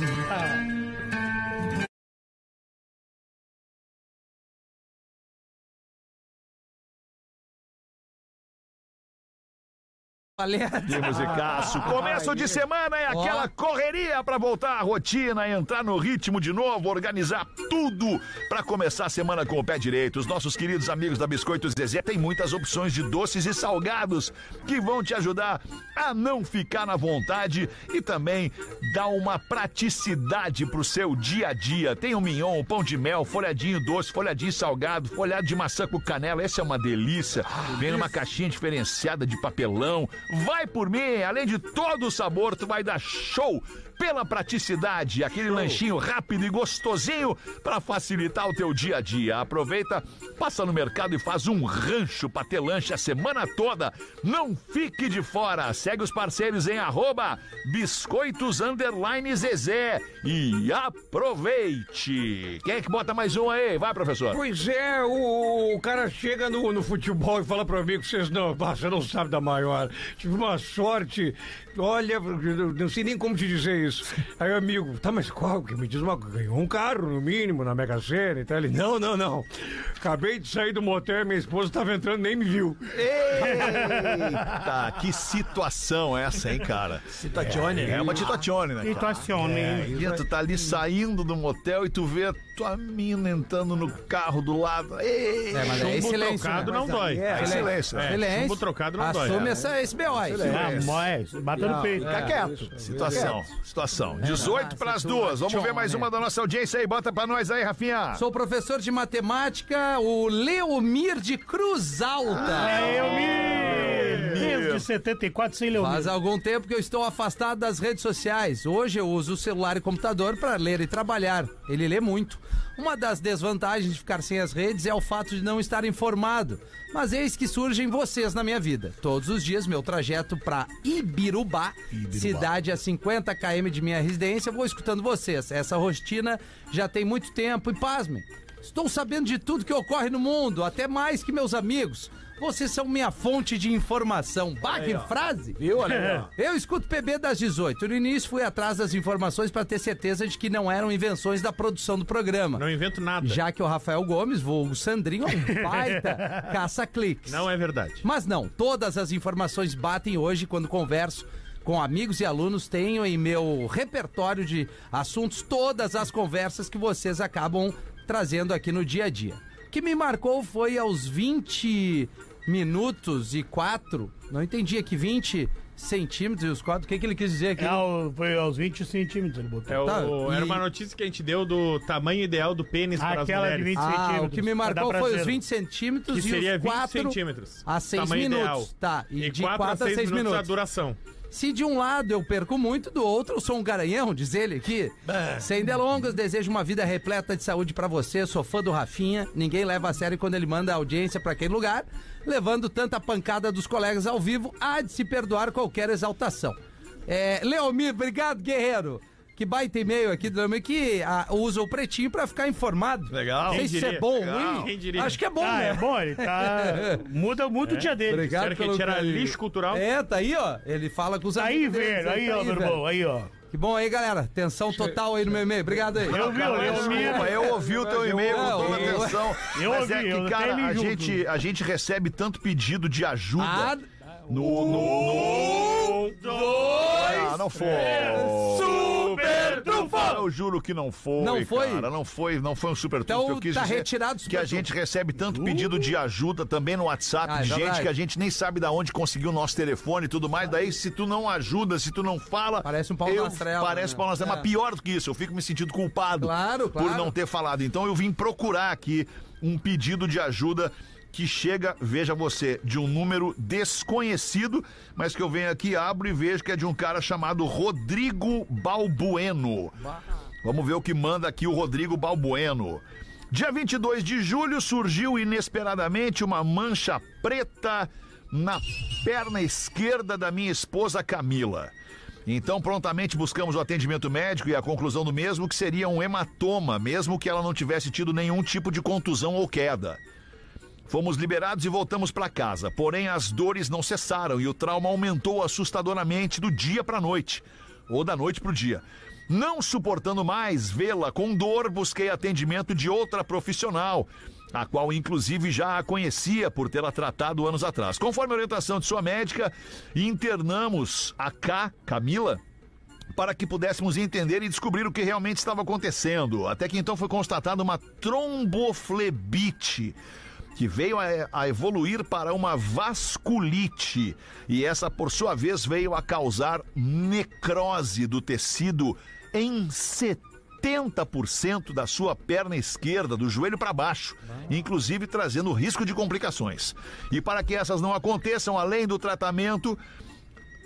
Speaker 5: paleta.
Speaker 4: Que musicaço. Começo de semana é aquela correria pra voltar à rotina, entrar no ritmo de novo, organizar tudo pra começar a semana com o pé direito. Os nossos queridos amigos da Biscoitos Zezé têm muitas opções de doces e salgados que vão te ajudar a não ficar na vontade e também dar uma praticidade pro seu dia a dia. Tem o mignon, o pão de mel, folhadinho doce, folhadinho salgado, folhado de maçã com canela. Essa é uma delícia. Vem numa caixinha diferenciada de papelão. Vai por mim, além de todo o sabor, tu vai dar show pela praticidade, aquele lanchinho rápido e gostosinho para facilitar o teu dia a dia. Aproveita, passa no mercado e faz um rancho pra ter lanche a semana toda. Não fique de fora. Segue os parceiros em arroba biscoitos underline Zezé e aproveite. Quem é que bota mais um aí? Vai, professor.
Speaker 8: Pois é, o, o cara chega no, no futebol e fala pra mim que vocês não, ah, você não sabe da maior. Tive uma sorte. Olha, eu não sei nem como te dizer isso. Aí o amigo, tá, mas qual? Que me diz uma coisa, ganhou um carro, no mínimo, na Mega Sena e tal. Ele, não, não, não. Acabei de sair do motel, minha esposa tava entrando, nem me viu.
Speaker 4: Eita, que situação essa, hein, cara? Situazione. É, uma situazione, né?
Speaker 6: então,
Speaker 4: cara?
Speaker 6: assim,
Speaker 7: É.
Speaker 6: Situacione.
Speaker 4: Guia, tu tá ali saindo do motel e tu vê a tua mina entrando no carro do lado. Ei,
Speaker 5: É, mas aí
Speaker 9: Chumbo
Speaker 5: silêncio,
Speaker 9: trocado
Speaker 5: né?
Speaker 9: não dói.
Speaker 4: aí silêncio. né?
Speaker 5: Silêncio.
Speaker 9: chumbo trocado não dói.
Speaker 5: Assume essa, esse BO aí.
Speaker 6: Ah, mas, bateu no peito.
Speaker 7: É. Fica quieto.
Speaker 4: Situação, situação. 18 para as duas. Vamos ver mais uma da nossa audiência aí. Bota pra nós aí, Rafinha.
Speaker 5: Sou professor de matemática, o Leomir de Cruz
Speaker 9: Ah,
Speaker 5: Alta.
Speaker 6: É, eu me... Desde 74 sem
Speaker 5: Faz
Speaker 6: Leomir.
Speaker 5: algum tempo que eu estou afastado das redes sociais. Hoje eu uso o celular e computador para ler e trabalhar. Ele lê muito. Uma das desvantagens de ficar sem as redes é o fato de não estar informado. Mas eis que surgem vocês na minha vida. Todos os dias, meu trajeto para Ibirubá, cidade a 50 km de minha residência, vou escutando vocês. Essa rotina já tem muito tempo e pasmem. Estou sabendo de tudo que ocorre no mundo, até mais que meus amigos. Vocês são minha fonte de informação. Bah, que frase!
Speaker 7: Viu, olha?
Speaker 5: Eu escuto PB das 18. No início fui atrás das informações para ter certeza de que não eram invenções da produção do programa.
Speaker 9: Não invento nada.
Speaker 5: Já que o Rafael Gomes, vulgo Sandrinho, é
Speaker 9: [LAUGHS]
Speaker 5: um baita caça-cliques.
Speaker 9: Não é verdade.
Speaker 5: Mas não, todas as informações batem hoje quando converso com amigos e alunos. Tenho em meu repertório de assuntos todas as conversas que vocês acabam trazendo aqui no dia a dia. O que me marcou foi aos 20 minutos e 4. Não entendi aqui, 20 centímetros e os 4. O que, que ele quis dizer
Speaker 9: um
Speaker 5: aqui?
Speaker 6: É, ao- foi aos 20 centímetros ele
Speaker 9: É
Speaker 6: botou.
Speaker 9: o-
Speaker 5: Tá,
Speaker 9: Era
Speaker 5: e-
Speaker 9: uma notícia que a gente deu do tamanho ideal do pênis para as
Speaker 6: Aquela de
Speaker 9: mulheres.
Speaker 6: 20
Speaker 5: Ah,
Speaker 6: centímetros.
Speaker 5: o que me
Speaker 6: pra
Speaker 5: marcou
Speaker 6: dar
Speaker 5: foi os
Speaker 6: prazer.
Speaker 5: 20 centímetros
Speaker 9: Que
Speaker 5: e
Speaker 9: seria
Speaker 5: os
Speaker 9: 20
Speaker 5: 4
Speaker 9: centímetros.
Speaker 5: a 6
Speaker 9: Tamanho
Speaker 5: minutos.
Speaker 9: ideal.
Speaker 5: Tá, e,
Speaker 9: E
Speaker 5: de
Speaker 9: 4 a 6 minutos, a
Speaker 5: minutos.
Speaker 9: duração.
Speaker 5: Se de um lado eu perco muito, do outro eu sou um garanhão, diz ele aqui.
Speaker 9: É.
Speaker 5: Sem delongas, desejo uma vida repleta de saúde pra você. Sou fã do Rafinha. Ninguém leva a sério quando ele manda a audiência pra aquele lugar, levando tanta pancada dos colegas ao vivo, há de se perdoar qualquer exaltação. É, Leomir, obrigado, guerreiro. Que baita e-mail aqui do Leomir que ah, usa o pretinho pra ficar informado.
Speaker 4: Legal.
Speaker 5: Não sei
Speaker 9: Quem
Speaker 5: se isso é
Speaker 9: diria?
Speaker 5: bom,
Speaker 9: Legal.
Speaker 5: ruim.
Speaker 9: Quem diria?
Speaker 5: Acho que é bom,
Speaker 6: Ah,
Speaker 5: né?
Speaker 6: é bom, ele tá... Muda, muda
Speaker 7: É.
Speaker 6: o dia dele.
Speaker 9: Disseram que a gente era lixo cultural.
Speaker 5: É, tá aí, ó. Ele fala com os
Speaker 6: Aí,
Speaker 5: amigos deles,
Speaker 6: velho,
Speaker 5: né?
Speaker 6: aí,
Speaker 5: Tá
Speaker 6: ó, meu
Speaker 5: velho.
Speaker 6: irmão, aí, ó.
Speaker 5: Que bom aí, galera. Atenção total aí no meu e-mail. Obrigado aí.
Speaker 6: Eu vi, o Leomir.
Speaker 4: Desculpa, eu ouvi o teu e-mail com toda
Speaker 5: eu-
Speaker 4: atenção.
Speaker 6: eu
Speaker 4: mas é
Speaker 6: ouvi, eu
Speaker 4: que, cara,
Speaker 6: até me
Speaker 4: a
Speaker 6: julgo.
Speaker 4: gente, a gente recebe tanto pedido de ajuda.
Speaker 5: Ah,
Speaker 4: No, no, dois, não, não foi.
Speaker 6: Super
Speaker 4: Cara, eu juro que não foi.
Speaker 5: Não foi?
Speaker 4: Cara, não foi, não foi um super
Speaker 5: Então
Speaker 4: trunfo. Eu quis
Speaker 5: tá
Speaker 4: dizer
Speaker 5: retirado o
Speaker 4: Que
Speaker 5: super
Speaker 4: a gente recebe tanto pedido de ajuda também no WhatsApp
Speaker 5: Ah, é
Speaker 4: de gente
Speaker 5: verdade.
Speaker 4: que a gente nem sabe da onde conseguiu o nosso telefone e tudo mais. Daí, se tu não ajuda, se tu não fala.
Speaker 5: Parece um Paulo
Speaker 4: eu,
Speaker 5: Nastrela,
Speaker 4: Parece
Speaker 5: né?
Speaker 4: um Paulo Nastrela.
Speaker 5: É.
Speaker 4: Mas pior do que isso, eu fico me sentindo culpado
Speaker 5: Claro,
Speaker 4: por
Speaker 5: claro.
Speaker 4: não ter falado. Então, eu vim procurar aqui um pedido de ajuda. Que chega, veja você, de um número desconhecido, mas que eu venho aqui, abro e vejo que é de um cara chamado Rodrigo Balbueno. Vamos ver o que manda aqui o Rodrigo Balbueno. Dia 22 de julho surgiu inesperadamente uma mancha preta na perna esquerda da minha esposa Camila. Então, prontamente buscamos o atendimento médico e a conclusão do mesmo que seria um hematoma, mesmo que ela não tivesse tido nenhum tipo de contusão ou queda. Fomos liberados e voltamos para casa. Porém, as dores não cessaram e o trauma aumentou assustadoramente do dia para a noite, ou da noite para o dia. Não suportando mais vê-la com dor, busquei atendimento de outra profissional. a qual inclusive já a conhecia por tê-la tratado anos atrás. Conforme a orientação de sua médica, internamos a K, Camila, para que pudéssemos entender e descobrir o que realmente estava acontecendo. Até que então foi constatada uma tromboflebite. Que veio a, a evoluir para uma vasculite. E essa, por sua vez, veio a causar necrose do tecido em 70% da sua perna esquerda, do joelho para baixo, inclusive trazendo risco de complicações. E para que essas não aconteçam, além do tratamento,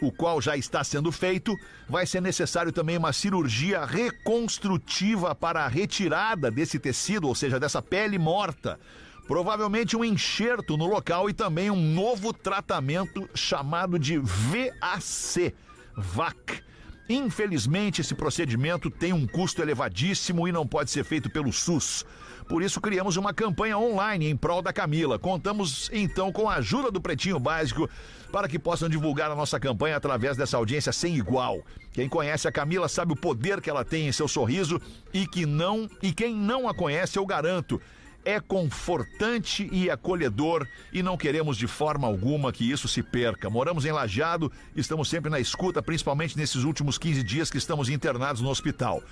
Speaker 4: o qual já está sendo feito, vai ser necessário também uma cirurgia reconstrutiva para a retirada desse tecido, ou seja, dessa pele morta. Provavelmente um enxerto no local e também um novo tratamento chamado de VAC. VAC. Infelizmente, esse procedimento tem um custo elevadíssimo e não pode ser feito pelo SUS. Por isso, criamos uma campanha online em prol da Camila. Contamos, então, com a ajuda do Pretinho Básico para que possam divulgar a nossa campanha através dessa audiência sem igual. Quem conhece a Camila sabe o poder que ela tem em seu sorriso e que não, e quem não a conhece, eu garanto, é confortante e acolhedor e não queremos de forma alguma que isso se perca. Moramos em Lajado, estamos sempre na escuta, principalmente nesses últimos 15 dias que estamos internados no hospital.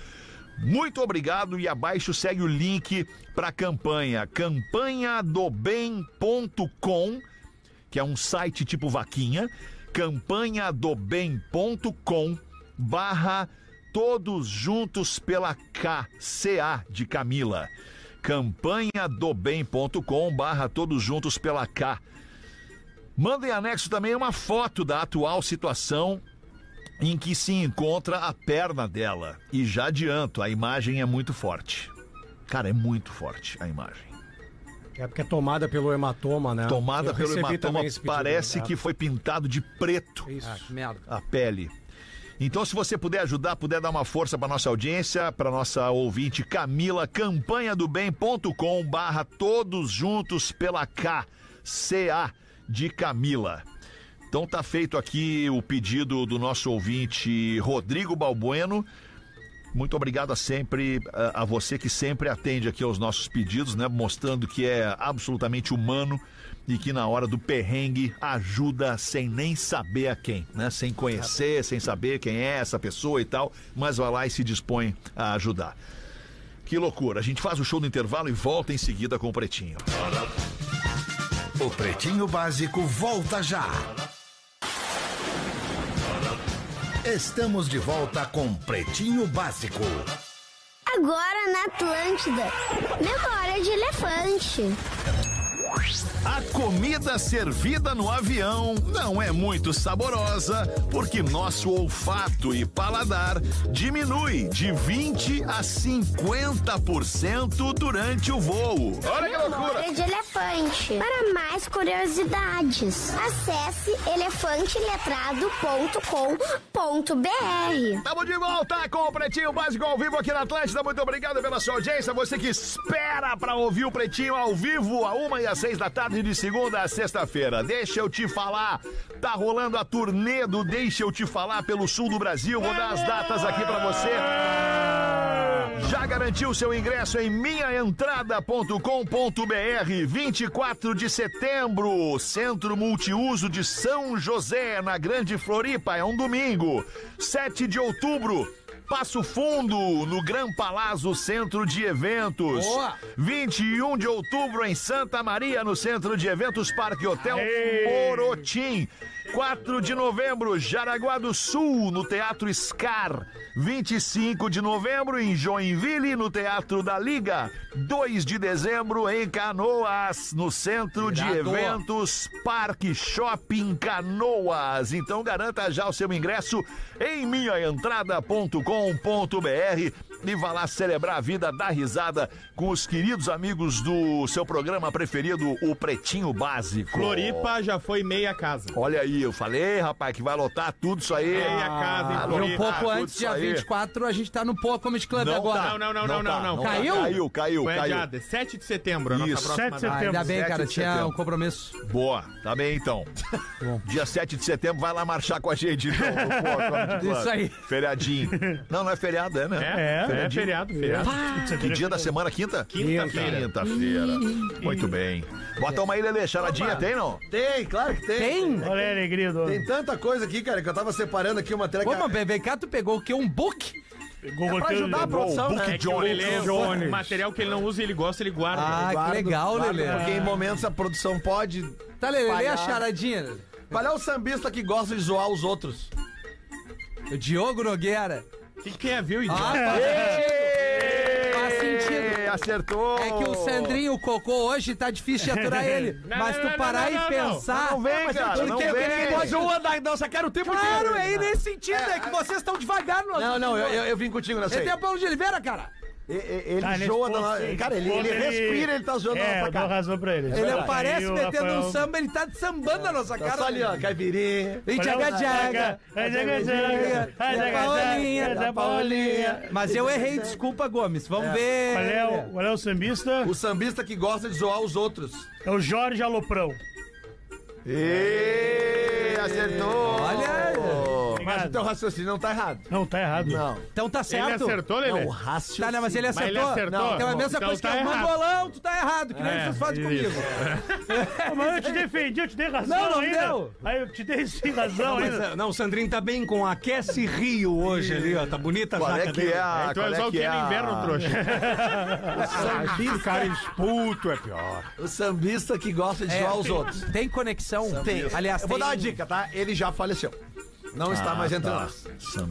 Speaker 4: Muito obrigado e abaixo segue o link para a campanha campanhadobem.com, que é um site tipo vaquinha, campanhadobem.com barra todos juntos pela K, CA de Camila campanhadobem.com barra todos juntos pela K. Manda em anexo também uma foto da atual situação em que se encontra a perna dela. E já adianto, a imagem é muito forte. Cara, é muito forte a imagem.
Speaker 8: É porque é tomada pelo hematoma, né?
Speaker 4: Tomada
Speaker 8: Eu
Speaker 4: pelo
Speaker 8: recebi
Speaker 4: hematoma,
Speaker 8: também esse pedido,
Speaker 4: parece
Speaker 8: né?
Speaker 4: que foi pintado de preto
Speaker 8: Isso.
Speaker 5: Ah, que merda.
Speaker 4: a pele. Então, se você puder ajudar, puder dar uma força para nossa audiência, para nossa ouvinte Camila, campanhadobem.com barra todos juntos pela K, CA de Camila. Então tá feito aqui o pedido do nosso ouvinte Rodrigo Balbueno. Muito obrigado a sempre a- a você que sempre atende aqui aos nossos pedidos, né? Mostrando que é absolutamente humano e que na hora do perrengue ajuda sem nem saber a quem, né? Sem conhecer, sem saber quem é essa pessoa e tal, mas vai lá e se dispõe a ajudar. Que loucura! A gente faz o show no intervalo e volta em seguida com o Pretinho.
Speaker 2: O Pretinho Básico volta já. Estamos de volta com Pretinho Básico.
Speaker 10: Agora na Atlântida. Memória de elefante.
Speaker 2: A comida servida no avião não é muito saborosa, porque nosso olfato e paladar diminui de 20 a 50% durante o voo.
Speaker 4: Olha que loucura!
Speaker 10: Memória de elefante. Para mais curiosidades, acesse elefanteletrado.com.br.
Speaker 4: Estamos de volta com o Pretinho Básico ao vivo aqui na Atlântida. Muito obrigado pela sua audiência. Você que espera para ouvir o Pretinho ao vivo, a uma e às seis da tarde, de segunda a sexta-feira. Deixa eu te falar. Tá rolando a turnê do Deixa eu te falar pelo sul do Brasil. Vou dar as datas aqui para você. Já garantiu seu ingresso em minhaentrada.com.br 24 de setembro, Centro Multiuso de São José, na Grande Floripa, é um domingo. 7 de outubro, Passo Fundo, no Gran Palazzo Centro de Eventos.
Speaker 5: Boa!
Speaker 4: 21 de outubro, em Santa Maria, no Centro de Eventos Parque Hotel Orotim. 4 de novembro, Jaraguá do Sul, no Teatro Scar. 25 de novembro, em Joinville, no Teatro da Liga. 2 de dezembro, em Canoas, no Centro de
Speaker 5: Irado.
Speaker 4: Eventos. Eventos Parque Shopping Canoas. Então garanta já o seu ingresso em minhaentrada.com.br e vá lá celebrar a vida, dar risada com os queridos amigos do seu programa preferido, o Pretinho Básico.
Speaker 9: Floripa já foi meia casa.
Speaker 4: Olha aí, eu falei, rapaz, que vai lotar tudo isso aí.
Speaker 9: Meia casa em
Speaker 4: Ah,
Speaker 5: E um
Speaker 9: Floripa.
Speaker 5: pouco
Speaker 4: Ah,
Speaker 5: antes,
Speaker 4: tudo
Speaker 5: dia
Speaker 4: isso aí.
Speaker 5: 24, a gente tá no Poa Comedy Club
Speaker 4: Não
Speaker 5: agora.
Speaker 4: tá,
Speaker 9: Não, não, não,
Speaker 4: tá,
Speaker 9: não, não, não.
Speaker 4: tá.
Speaker 5: Caiu?
Speaker 4: Caiu, caiu,
Speaker 9: Foi
Speaker 4: caiu.
Speaker 9: adiada. 7 de setembro, a nossa
Speaker 4: Isso,
Speaker 9: próxima
Speaker 6: 7 de
Speaker 9: data.
Speaker 5: Ah, ainda
Speaker 6: setembro.
Speaker 5: bem, cara,
Speaker 4: 7 de
Speaker 5: tinha um
Speaker 4: setembro.
Speaker 5: compromisso.
Speaker 4: Boa, tá bem então. Dia 7 de setembro, vai lá marchar com a gente então. no Pô, Comedy Club.
Speaker 5: Isso aí.
Speaker 4: Feriadinho. Não, não é feriado, é, né?
Speaker 6: É.
Speaker 9: É? É feriado, feriado.
Speaker 4: Que dia da semana? Quinta?
Speaker 9: Quinta-feira.
Speaker 4: Quinta-feira. Muito bem. Bota uma aí, Lelê. Charadinha tem, não?
Speaker 7: Tem, claro que tem.
Speaker 5: Tem?
Speaker 6: Olha a alegria do
Speaker 7: Tem
Speaker 6: homem.
Speaker 7: tanta coisa aqui, cara, que eu tava separando aqui uma tela
Speaker 5: Pô,
Speaker 7: que
Speaker 5: mas BBK, tu pegou o quê? Um book?
Speaker 6: Pegou o
Speaker 7: É pra
Speaker 6: roteiro
Speaker 5: um
Speaker 7: ajudar a
Speaker 6: do-
Speaker 7: produção,
Speaker 4: Book
Speaker 7: né?
Speaker 9: É que o Lelê,
Speaker 8: Jones.
Speaker 9: material que ele não usa, ele gosta, ele guarda.
Speaker 5: Ah, que
Speaker 7: Guardo,
Speaker 5: legal,
Speaker 7: guardo,
Speaker 5: Lelê.
Speaker 7: É. Porque em momentos a produção pode...
Speaker 5: Tá, Lelê, lê a
Speaker 7: Palhaço.
Speaker 5: charadinha. Lelê.
Speaker 7: Qual é o sambista que gosta de zoar os outros?
Speaker 5: O Diogo Nogueira.
Speaker 9: O que, é, que tem a ver o
Speaker 5: Ah,
Speaker 9: idiota?
Speaker 5: faz sentido. Faz sentido.
Speaker 4: Ê, Acertou.
Speaker 5: É que o Sandrinho, o cocô, hoje tá difícil de aturar ele.
Speaker 9: Não,
Speaker 5: mas
Speaker 9: não,
Speaker 5: tu
Speaker 9: não,
Speaker 5: parar
Speaker 9: não, não,
Speaker 5: e
Speaker 9: não.
Speaker 5: pensar.
Speaker 4: Não vem, cara.
Speaker 5: por
Speaker 4: não
Speaker 5: que
Speaker 4: vem.
Speaker 5: que ele pode-
Speaker 7: zoa da nossa cara o tempo
Speaker 5: Claro, é aí nesse sentido, é, que vocês estão devagar no
Speaker 7: Não, não, eu, eu, eu vim contigo nessa
Speaker 5: Esse
Speaker 7: aí.
Speaker 5: é Paulo de Oliveira, cara.
Speaker 7: E- e- Ele
Speaker 6: Ah, nesse
Speaker 7: zoa da
Speaker 6: ponto,
Speaker 7: nossa...
Speaker 6: sim.
Speaker 7: Cara, ele,
Speaker 6: Quando
Speaker 7: ele respira, ele tá zoando a
Speaker 6: É, eu
Speaker 7: nossa
Speaker 6: dou
Speaker 7: cara.
Speaker 6: razão pra ele.
Speaker 5: Ele
Speaker 6: Aí
Speaker 5: aparece
Speaker 6: o
Speaker 5: metendo
Speaker 6: Rafael-
Speaker 5: um samba, ele tá sambando a nossa
Speaker 7: Tá
Speaker 5: cara.
Speaker 7: só ali, ó, caipirinha.
Speaker 5: Vem de
Speaker 6: Olha o-
Speaker 5: agajaga.
Speaker 6: Olha o- Olha o- Olha o-
Speaker 5: Paolinha,
Speaker 6: Olha o- Paolinha.
Speaker 5: Mas eu errei, desculpa, Gomes. Vamos ver.
Speaker 6: Qual é o- qual é o sambista?
Speaker 7: O sambista que gosta de zoar os outros.
Speaker 6: É o Jorge Aloprão.
Speaker 4: Ê, acertou.
Speaker 8: Ah,
Speaker 5: Olha.
Speaker 7: Mas o
Speaker 6: Obrigado.
Speaker 7: teu raciocínio não tá errado.
Speaker 6: Não, tá errado.
Speaker 5: Então tá
Speaker 9: Ele
Speaker 5: certo.
Speaker 9: acertou, Lelê?
Speaker 7: Não, o raciocínio.
Speaker 5: Tá, não, mas ele
Speaker 9: Mas
Speaker 5: acertou.
Speaker 9: ele acertou?
Speaker 5: Não, então é a mesma
Speaker 9: Então
Speaker 5: coisa
Speaker 9: tá
Speaker 5: que é o
Speaker 9: errado.
Speaker 5: mangolão, tu tá errado, que nem
Speaker 9: É,
Speaker 5: vocês fazem
Speaker 9: isso.
Speaker 5: comigo.
Speaker 6: Ah, Mas eu te defendi, eu te dei razão
Speaker 5: Não, não
Speaker 6: ainda.
Speaker 5: deu.
Speaker 6: Aí eu te dei sim razão
Speaker 8: Mas,
Speaker 6: ainda.
Speaker 8: é, não, o Sandrinho tá bem com aquece Rio hoje ali, ó. Tá bonita a
Speaker 4: Qual
Speaker 8: jaca
Speaker 4: é que
Speaker 8: dele.
Speaker 4: é a...
Speaker 9: Então
Speaker 4: qual
Speaker 9: é só o que
Speaker 4: que
Speaker 9: é no inverno,
Speaker 4: a...
Speaker 9: trouxa.
Speaker 7: Sambista,
Speaker 9: Cara expulso é pior.
Speaker 7: o sambista que gosta de
Speaker 5: É,
Speaker 7: zoar os outros.
Speaker 5: Tem conexão?
Speaker 7: Tem.
Speaker 5: Aliás,
Speaker 7: eu vou
Speaker 5: tem-
Speaker 7: dar uma dica, tá? Ele já faleceu. Não está mais entre nós.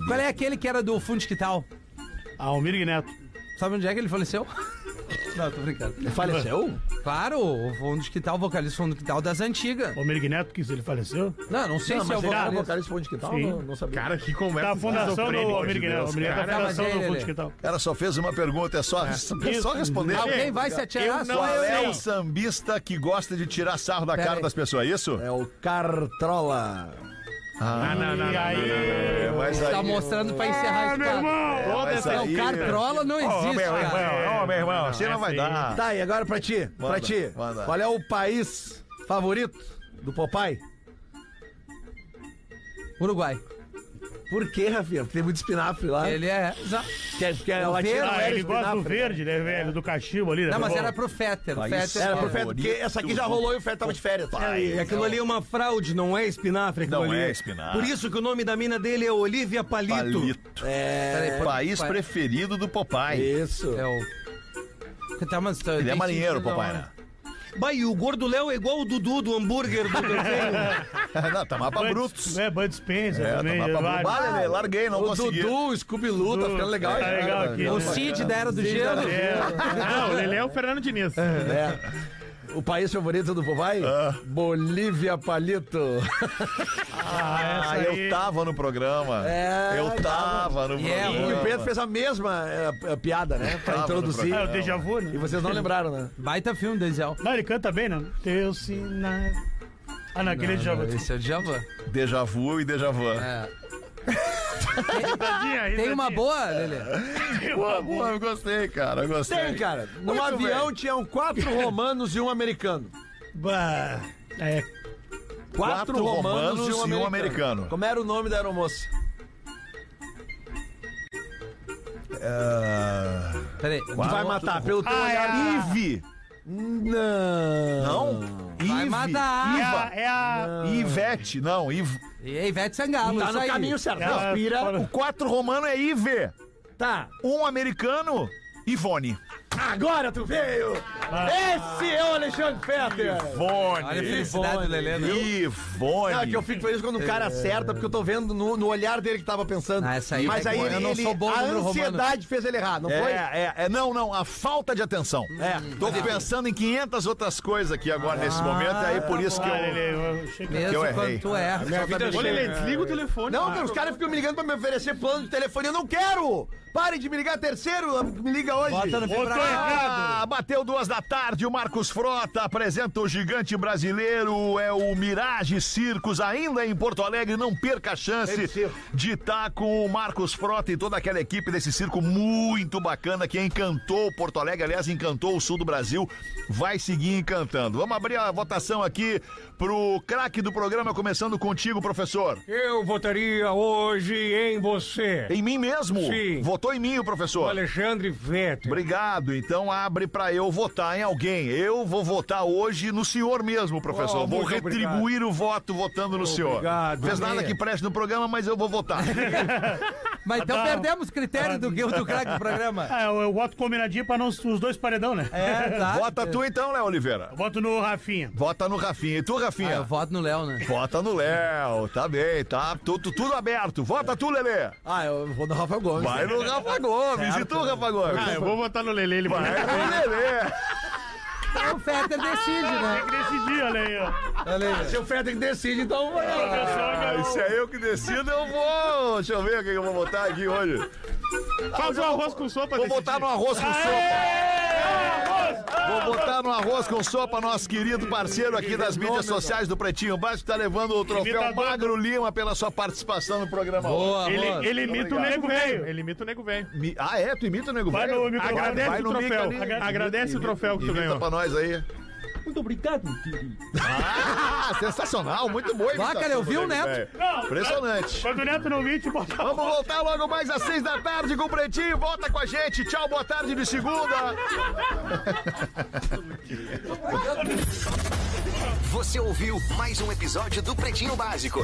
Speaker 5: Qual é aquele que era do fundo de quintal?
Speaker 6: Ah, Almir Neto.
Speaker 5: Sabe onde é que ele faleceu? [LAUGHS] Não, tô brincando.
Speaker 7: Ele faleceu?
Speaker 5: Claro, o fundo de quintal, o vocalista do fundo de quintal das antigas.
Speaker 6: Almir Neto, que ele faleceu.
Speaker 5: Não, não sei
Speaker 7: Não,
Speaker 5: se é o
Speaker 7: mas ele era
Speaker 5: vocalista.
Speaker 7: vocalista de Fundo de Quintal?
Speaker 6: Sim.
Speaker 7: Não, não sabia.
Speaker 9: Cara, que conversa.
Speaker 6: Da Tá fundação do Almir Neto. Almir Neto, da
Speaker 5: cara.
Speaker 6: fundação
Speaker 5: Tá, mas
Speaker 6: do
Speaker 5: ele-
Speaker 6: Fundo de Quintal.
Speaker 4: Ela só fez uma pergunta, é só, [LAUGHS] é. só responder.
Speaker 5: Alguém vai se atirar?
Speaker 9: Eu
Speaker 5: Só
Speaker 9: não
Speaker 4: Qual
Speaker 5: eu.
Speaker 4: é
Speaker 9: sei.
Speaker 4: o sambista que gosta de tirar sarro da
Speaker 5: Pera
Speaker 4: cara
Speaker 5: aí.
Speaker 4: das pessoas, é isso?
Speaker 7: É o Cartrola.
Speaker 9: Ah, não, não,
Speaker 6: E
Speaker 9: não.
Speaker 6: aí?
Speaker 4: É, mas
Speaker 5: Tá mostrando pra encerrar esse papo.
Speaker 9: Toda
Speaker 4: mas
Speaker 9: essa
Speaker 5: Tá. Não,
Speaker 4: aí-
Speaker 5: Cartrola não
Speaker 4: Ô,
Speaker 5: existe,
Speaker 4: meu
Speaker 5: cara.
Speaker 4: irmão, ô, meu irmão, assim não
Speaker 6: essa
Speaker 4: vai
Speaker 6: aí-
Speaker 4: dar.
Speaker 7: Tá, e agora pra ti. pra
Speaker 4: Manda,
Speaker 7: ti.
Speaker 4: manda.
Speaker 7: Qual é o país favorito do Popeye?
Speaker 5: Uruguai.
Speaker 7: Por quê, Rafinha? Porque tem muito espinafre lá.
Speaker 5: Ele é.
Speaker 7: Quer, quer latina,
Speaker 5: verde,
Speaker 7: não
Speaker 6: Ah,
Speaker 7: era
Speaker 6: ele gosta do
Speaker 7: espinafre.
Speaker 6: verde, né, velho? Do cachimbo ali, né?
Speaker 5: Não, mas
Speaker 6: Bom,
Speaker 5: era pro Fetter. o Fetter
Speaker 7: Era
Speaker 5: é.
Speaker 7: pro Feta, porque essa aqui já rolou e o Feta tava de férias.
Speaker 8: E aquilo ali é uma fraude, não é espinafre aquilo
Speaker 4: Não
Speaker 8: ali.
Speaker 4: é espinafre.
Speaker 8: Por isso que o nome da mina dele é Olivia Palito.
Speaker 4: Palito.
Speaker 5: Peraí, pode-
Speaker 4: País
Speaker 5: pode-
Speaker 4: preferido do Popeye.
Speaker 7: Isso.
Speaker 5: É o. Tá, mas,
Speaker 4: Ele é marinheiro, Popeye, né?
Speaker 8: Bah, e o Gordo Léo é igual o Dudu do hambúrguer [LAUGHS] do desenho.
Speaker 4: [LAUGHS] Não, tá mapa
Speaker 6: Bud-
Speaker 4: brutos.
Speaker 6: É, Bud Spencer
Speaker 4: É, tá
Speaker 6: também. né?
Speaker 4: mapa
Speaker 6: Eduardo.
Speaker 4: brutos. Ah, Lelê, larguei, não
Speaker 7: O
Speaker 4: consegui.
Speaker 7: Dudu, o Scooby-Loo, tá ficando legal.
Speaker 6: Tá
Speaker 7: né?
Speaker 6: legal aqui.
Speaker 5: O
Speaker 6: né?
Speaker 5: Cid da Era do Gelo.
Speaker 6: É,
Speaker 9: Não, o Lelê é o Fernando Diniz.
Speaker 7: É. O país favorito do Popeye? Bolívia Palito.
Speaker 4: Ah, eu tava no programa.
Speaker 7: É,
Speaker 4: eu tava no
Speaker 5: Yeah,
Speaker 4: programa.
Speaker 7: E o Pedro fez a mesma eh, eh, piada, né? Pra
Speaker 4: Tava no
Speaker 7: introduzir.
Speaker 6: Ah, o déjà vu, né?
Speaker 7: E vocês não lembraram, né?
Speaker 5: Baita filme, Denzel.
Speaker 6: Não, ele canta bem, né? Teu sinal. Ah, não, aquele é déjà vu.
Speaker 5: Esse é o Djavan.
Speaker 4: Déjà vu e déjà vu.
Speaker 5: É. Tem uma boa, Lelê?
Speaker 4: Boa, boa, eu gostei, cara. Eu gostei.
Speaker 7: Tem, cara. No
Speaker 4: Muito
Speaker 7: avião
Speaker 4: bem.
Speaker 7: tinham quatro romanos e um americano.
Speaker 6: Bah. É,
Speaker 7: Quatro,
Speaker 4: Quatro
Speaker 7: romanos,
Speaker 4: romanos
Speaker 7: e, um, americano. Como era o nome da aeromoça?
Speaker 5: Peraí.
Speaker 7: Tu vai matar pelo teu
Speaker 4: é.
Speaker 7: olhar.
Speaker 4: Ive.
Speaker 7: Não.
Speaker 4: Não?
Speaker 5: Vai
Speaker 4: Ive. Ah.
Speaker 6: é,
Speaker 5: matar.
Speaker 6: a- é a.
Speaker 4: Ivete. Não, Iv...
Speaker 5: E aí, Ivete Sangalo.
Speaker 7: Tá
Speaker 5: isso
Speaker 7: no
Speaker 5: aí.
Speaker 7: caminho certo.
Speaker 6: É a-
Speaker 7: Respira.
Speaker 4: O quatro romano é Ive.
Speaker 7: Tá.
Speaker 4: Um americano, Ivone.
Speaker 7: Agora tu veio! Esse é o Alexandre Fetter!
Speaker 5: Olha a
Speaker 4: Ivone.
Speaker 5: felicidade do Lelê, né?
Speaker 4: Ivone.
Speaker 7: Não, é que eu fico feliz quando o cara acerta, porque eu tô vendo no, no olhar dele que tava pensando.
Speaker 5: Ah, essa aí
Speaker 7: Mas
Speaker 5: é
Speaker 7: aí
Speaker 5: boa.
Speaker 7: ele,
Speaker 5: Eu não sou bom
Speaker 7: a
Speaker 5: no número
Speaker 7: ansiedade fez ele errar, não foi?
Speaker 4: É, é, é, não, não, a falta de atenção.
Speaker 7: É.
Speaker 4: Tô pensando em 500 outras coisas aqui agora nesse momento, e aí por isso que
Speaker 6: Ah,
Speaker 4: eu. tá
Speaker 6: Lelê, eu achei que-
Speaker 5: Mesmo
Speaker 4: Eu errei.
Speaker 5: quando tu
Speaker 7: Ah,
Speaker 5: erra.
Speaker 9: Ô, Lelê, desliga o telefone.
Speaker 7: Não, cara, os caras ficam me ligando pra me oferecer plano de telefone. Eu não quero! Pare de me ligar terceiro, me liga hoje.
Speaker 5: Bota no
Speaker 6: Ô,
Speaker 5: vibrador.
Speaker 6: errado.
Speaker 4: Ah, bateu duas da tarde, o Marcos Frota apresenta o gigante brasileiro, é o Mirage Circos, ainda em Porto Alegre, não perca a chance de estar com o Marcos Frota e toda aquela equipe desse circo muito bacana que encantou Porto Alegre, aliás, encantou o sul do Brasil, vai seguir encantando. Vamos abrir a votação aqui pro craque do programa, começando contigo, professor.
Speaker 8: Eu votaria hoje em você,
Speaker 4: Em mim mesmo?
Speaker 8: Sim.
Speaker 4: Votou em mim, o professor.
Speaker 8: Alexandre Vettel.
Speaker 4: Obrigado. Então abre pra eu votar em alguém. Eu vou votar hoje no senhor mesmo, professor.
Speaker 8: Oh,
Speaker 4: vou
Speaker 8: muito
Speaker 4: retribuir o voto votando no senhor.
Speaker 8: Obrigado.
Speaker 4: Fez nada que preste no programa, mas eu vou votar.
Speaker 5: Mas então perdemos critério do, do craque do programa.
Speaker 6: Ah, eu, eu voto combinadinho pra não os dois paredão, né?
Speaker 5: É, tá.
Speaker 4: Vota tu então, Léo Oliveira.
Speaker 6: Eu voto no Rafinha.
Speaker 4: Vota no Rafinha. E tu,
Speaker 5: Ah,
Speaker 4: Rafinha?
Speaker 5: eu voto no Léo, né?
Speaker 4: Vota no Léo. Tá bem, tá? Tudo, tudo aberto. Vota tu, Lelê.
Speaker 7: Ah, eu vou no Rafa Gomes.
Speaker 4: Vai no Rafa Gomes. E tu, Rafa Gomes?
Speaker 9: Ah, eu vou votar no Lele, ele vai.
Speaker 4: Vai no Lelê.
Speaker 5: É O Fetter decide,
Speaker 6: Tem
Speaker 5: né?
Speaker 6: que decidir, olha aí, ó.
Speaker 5: Olha aí.
Speaker 7: Se o Fedric decide, então vai.
Speaker 4: Ah, se é eu que decido, eu vou. Deixa eu ver o que eu vou votar aqui hoje.
Speaker 9: Faz um arroz com sopa
Speaker 4: Vou
Speaker 9: desse
Speaker 4: votar
Speaker 9: dia.
Speaker 4: no arroz com sopa. Vou botar no arroz com sopa nosso querido parceiro aqui das mídias sociais do Pretinho Básico, tá levando o troféu
Speaker 6: Imitador.
Speaker 4: Magro Lima pela sua participação no programa.
Speaker 5: Boa,
Speaker 6: Ele,
Speaker 5: boa.
Speaker 6: ele imita o nego velho.
Speaker 9: Ele imita o nego velho.
Speaker 4: Mi- Ah, é? Tu imita o nego
Speaker 6: Vai
Speaker 4: velho?
Speaker 6: no microfone.
Speaker 4: Agradece
Speaker 9: Agradece
Speaker 4: vai
Speaker 9: o
Speaker 4: no mic ali.
Speaker 9: troféu. Agradece o troféu que tu
Speaker 4: Imita
Speaker 9: ganhou.
Speaker 4: pra nós aí.
Speaker 1: Muito obrigado, meu querido.
Speaker 4: Ah, sensacional, muito bom.
Speaker 5: Lá, cara, eu vi o Neto.
Speaker 6: Não,
Speaker 4: Impressionante.
Speaker 6: Quando o Neto não vinte, bota
Speaker 4: Vamos voltar logo mais às seis da tarde com o Pretinho. Volta com a gente. Tchau, boa tarde de segunda.
Speaker 11: Você ouviu mais um episódio do Pretinho Básico.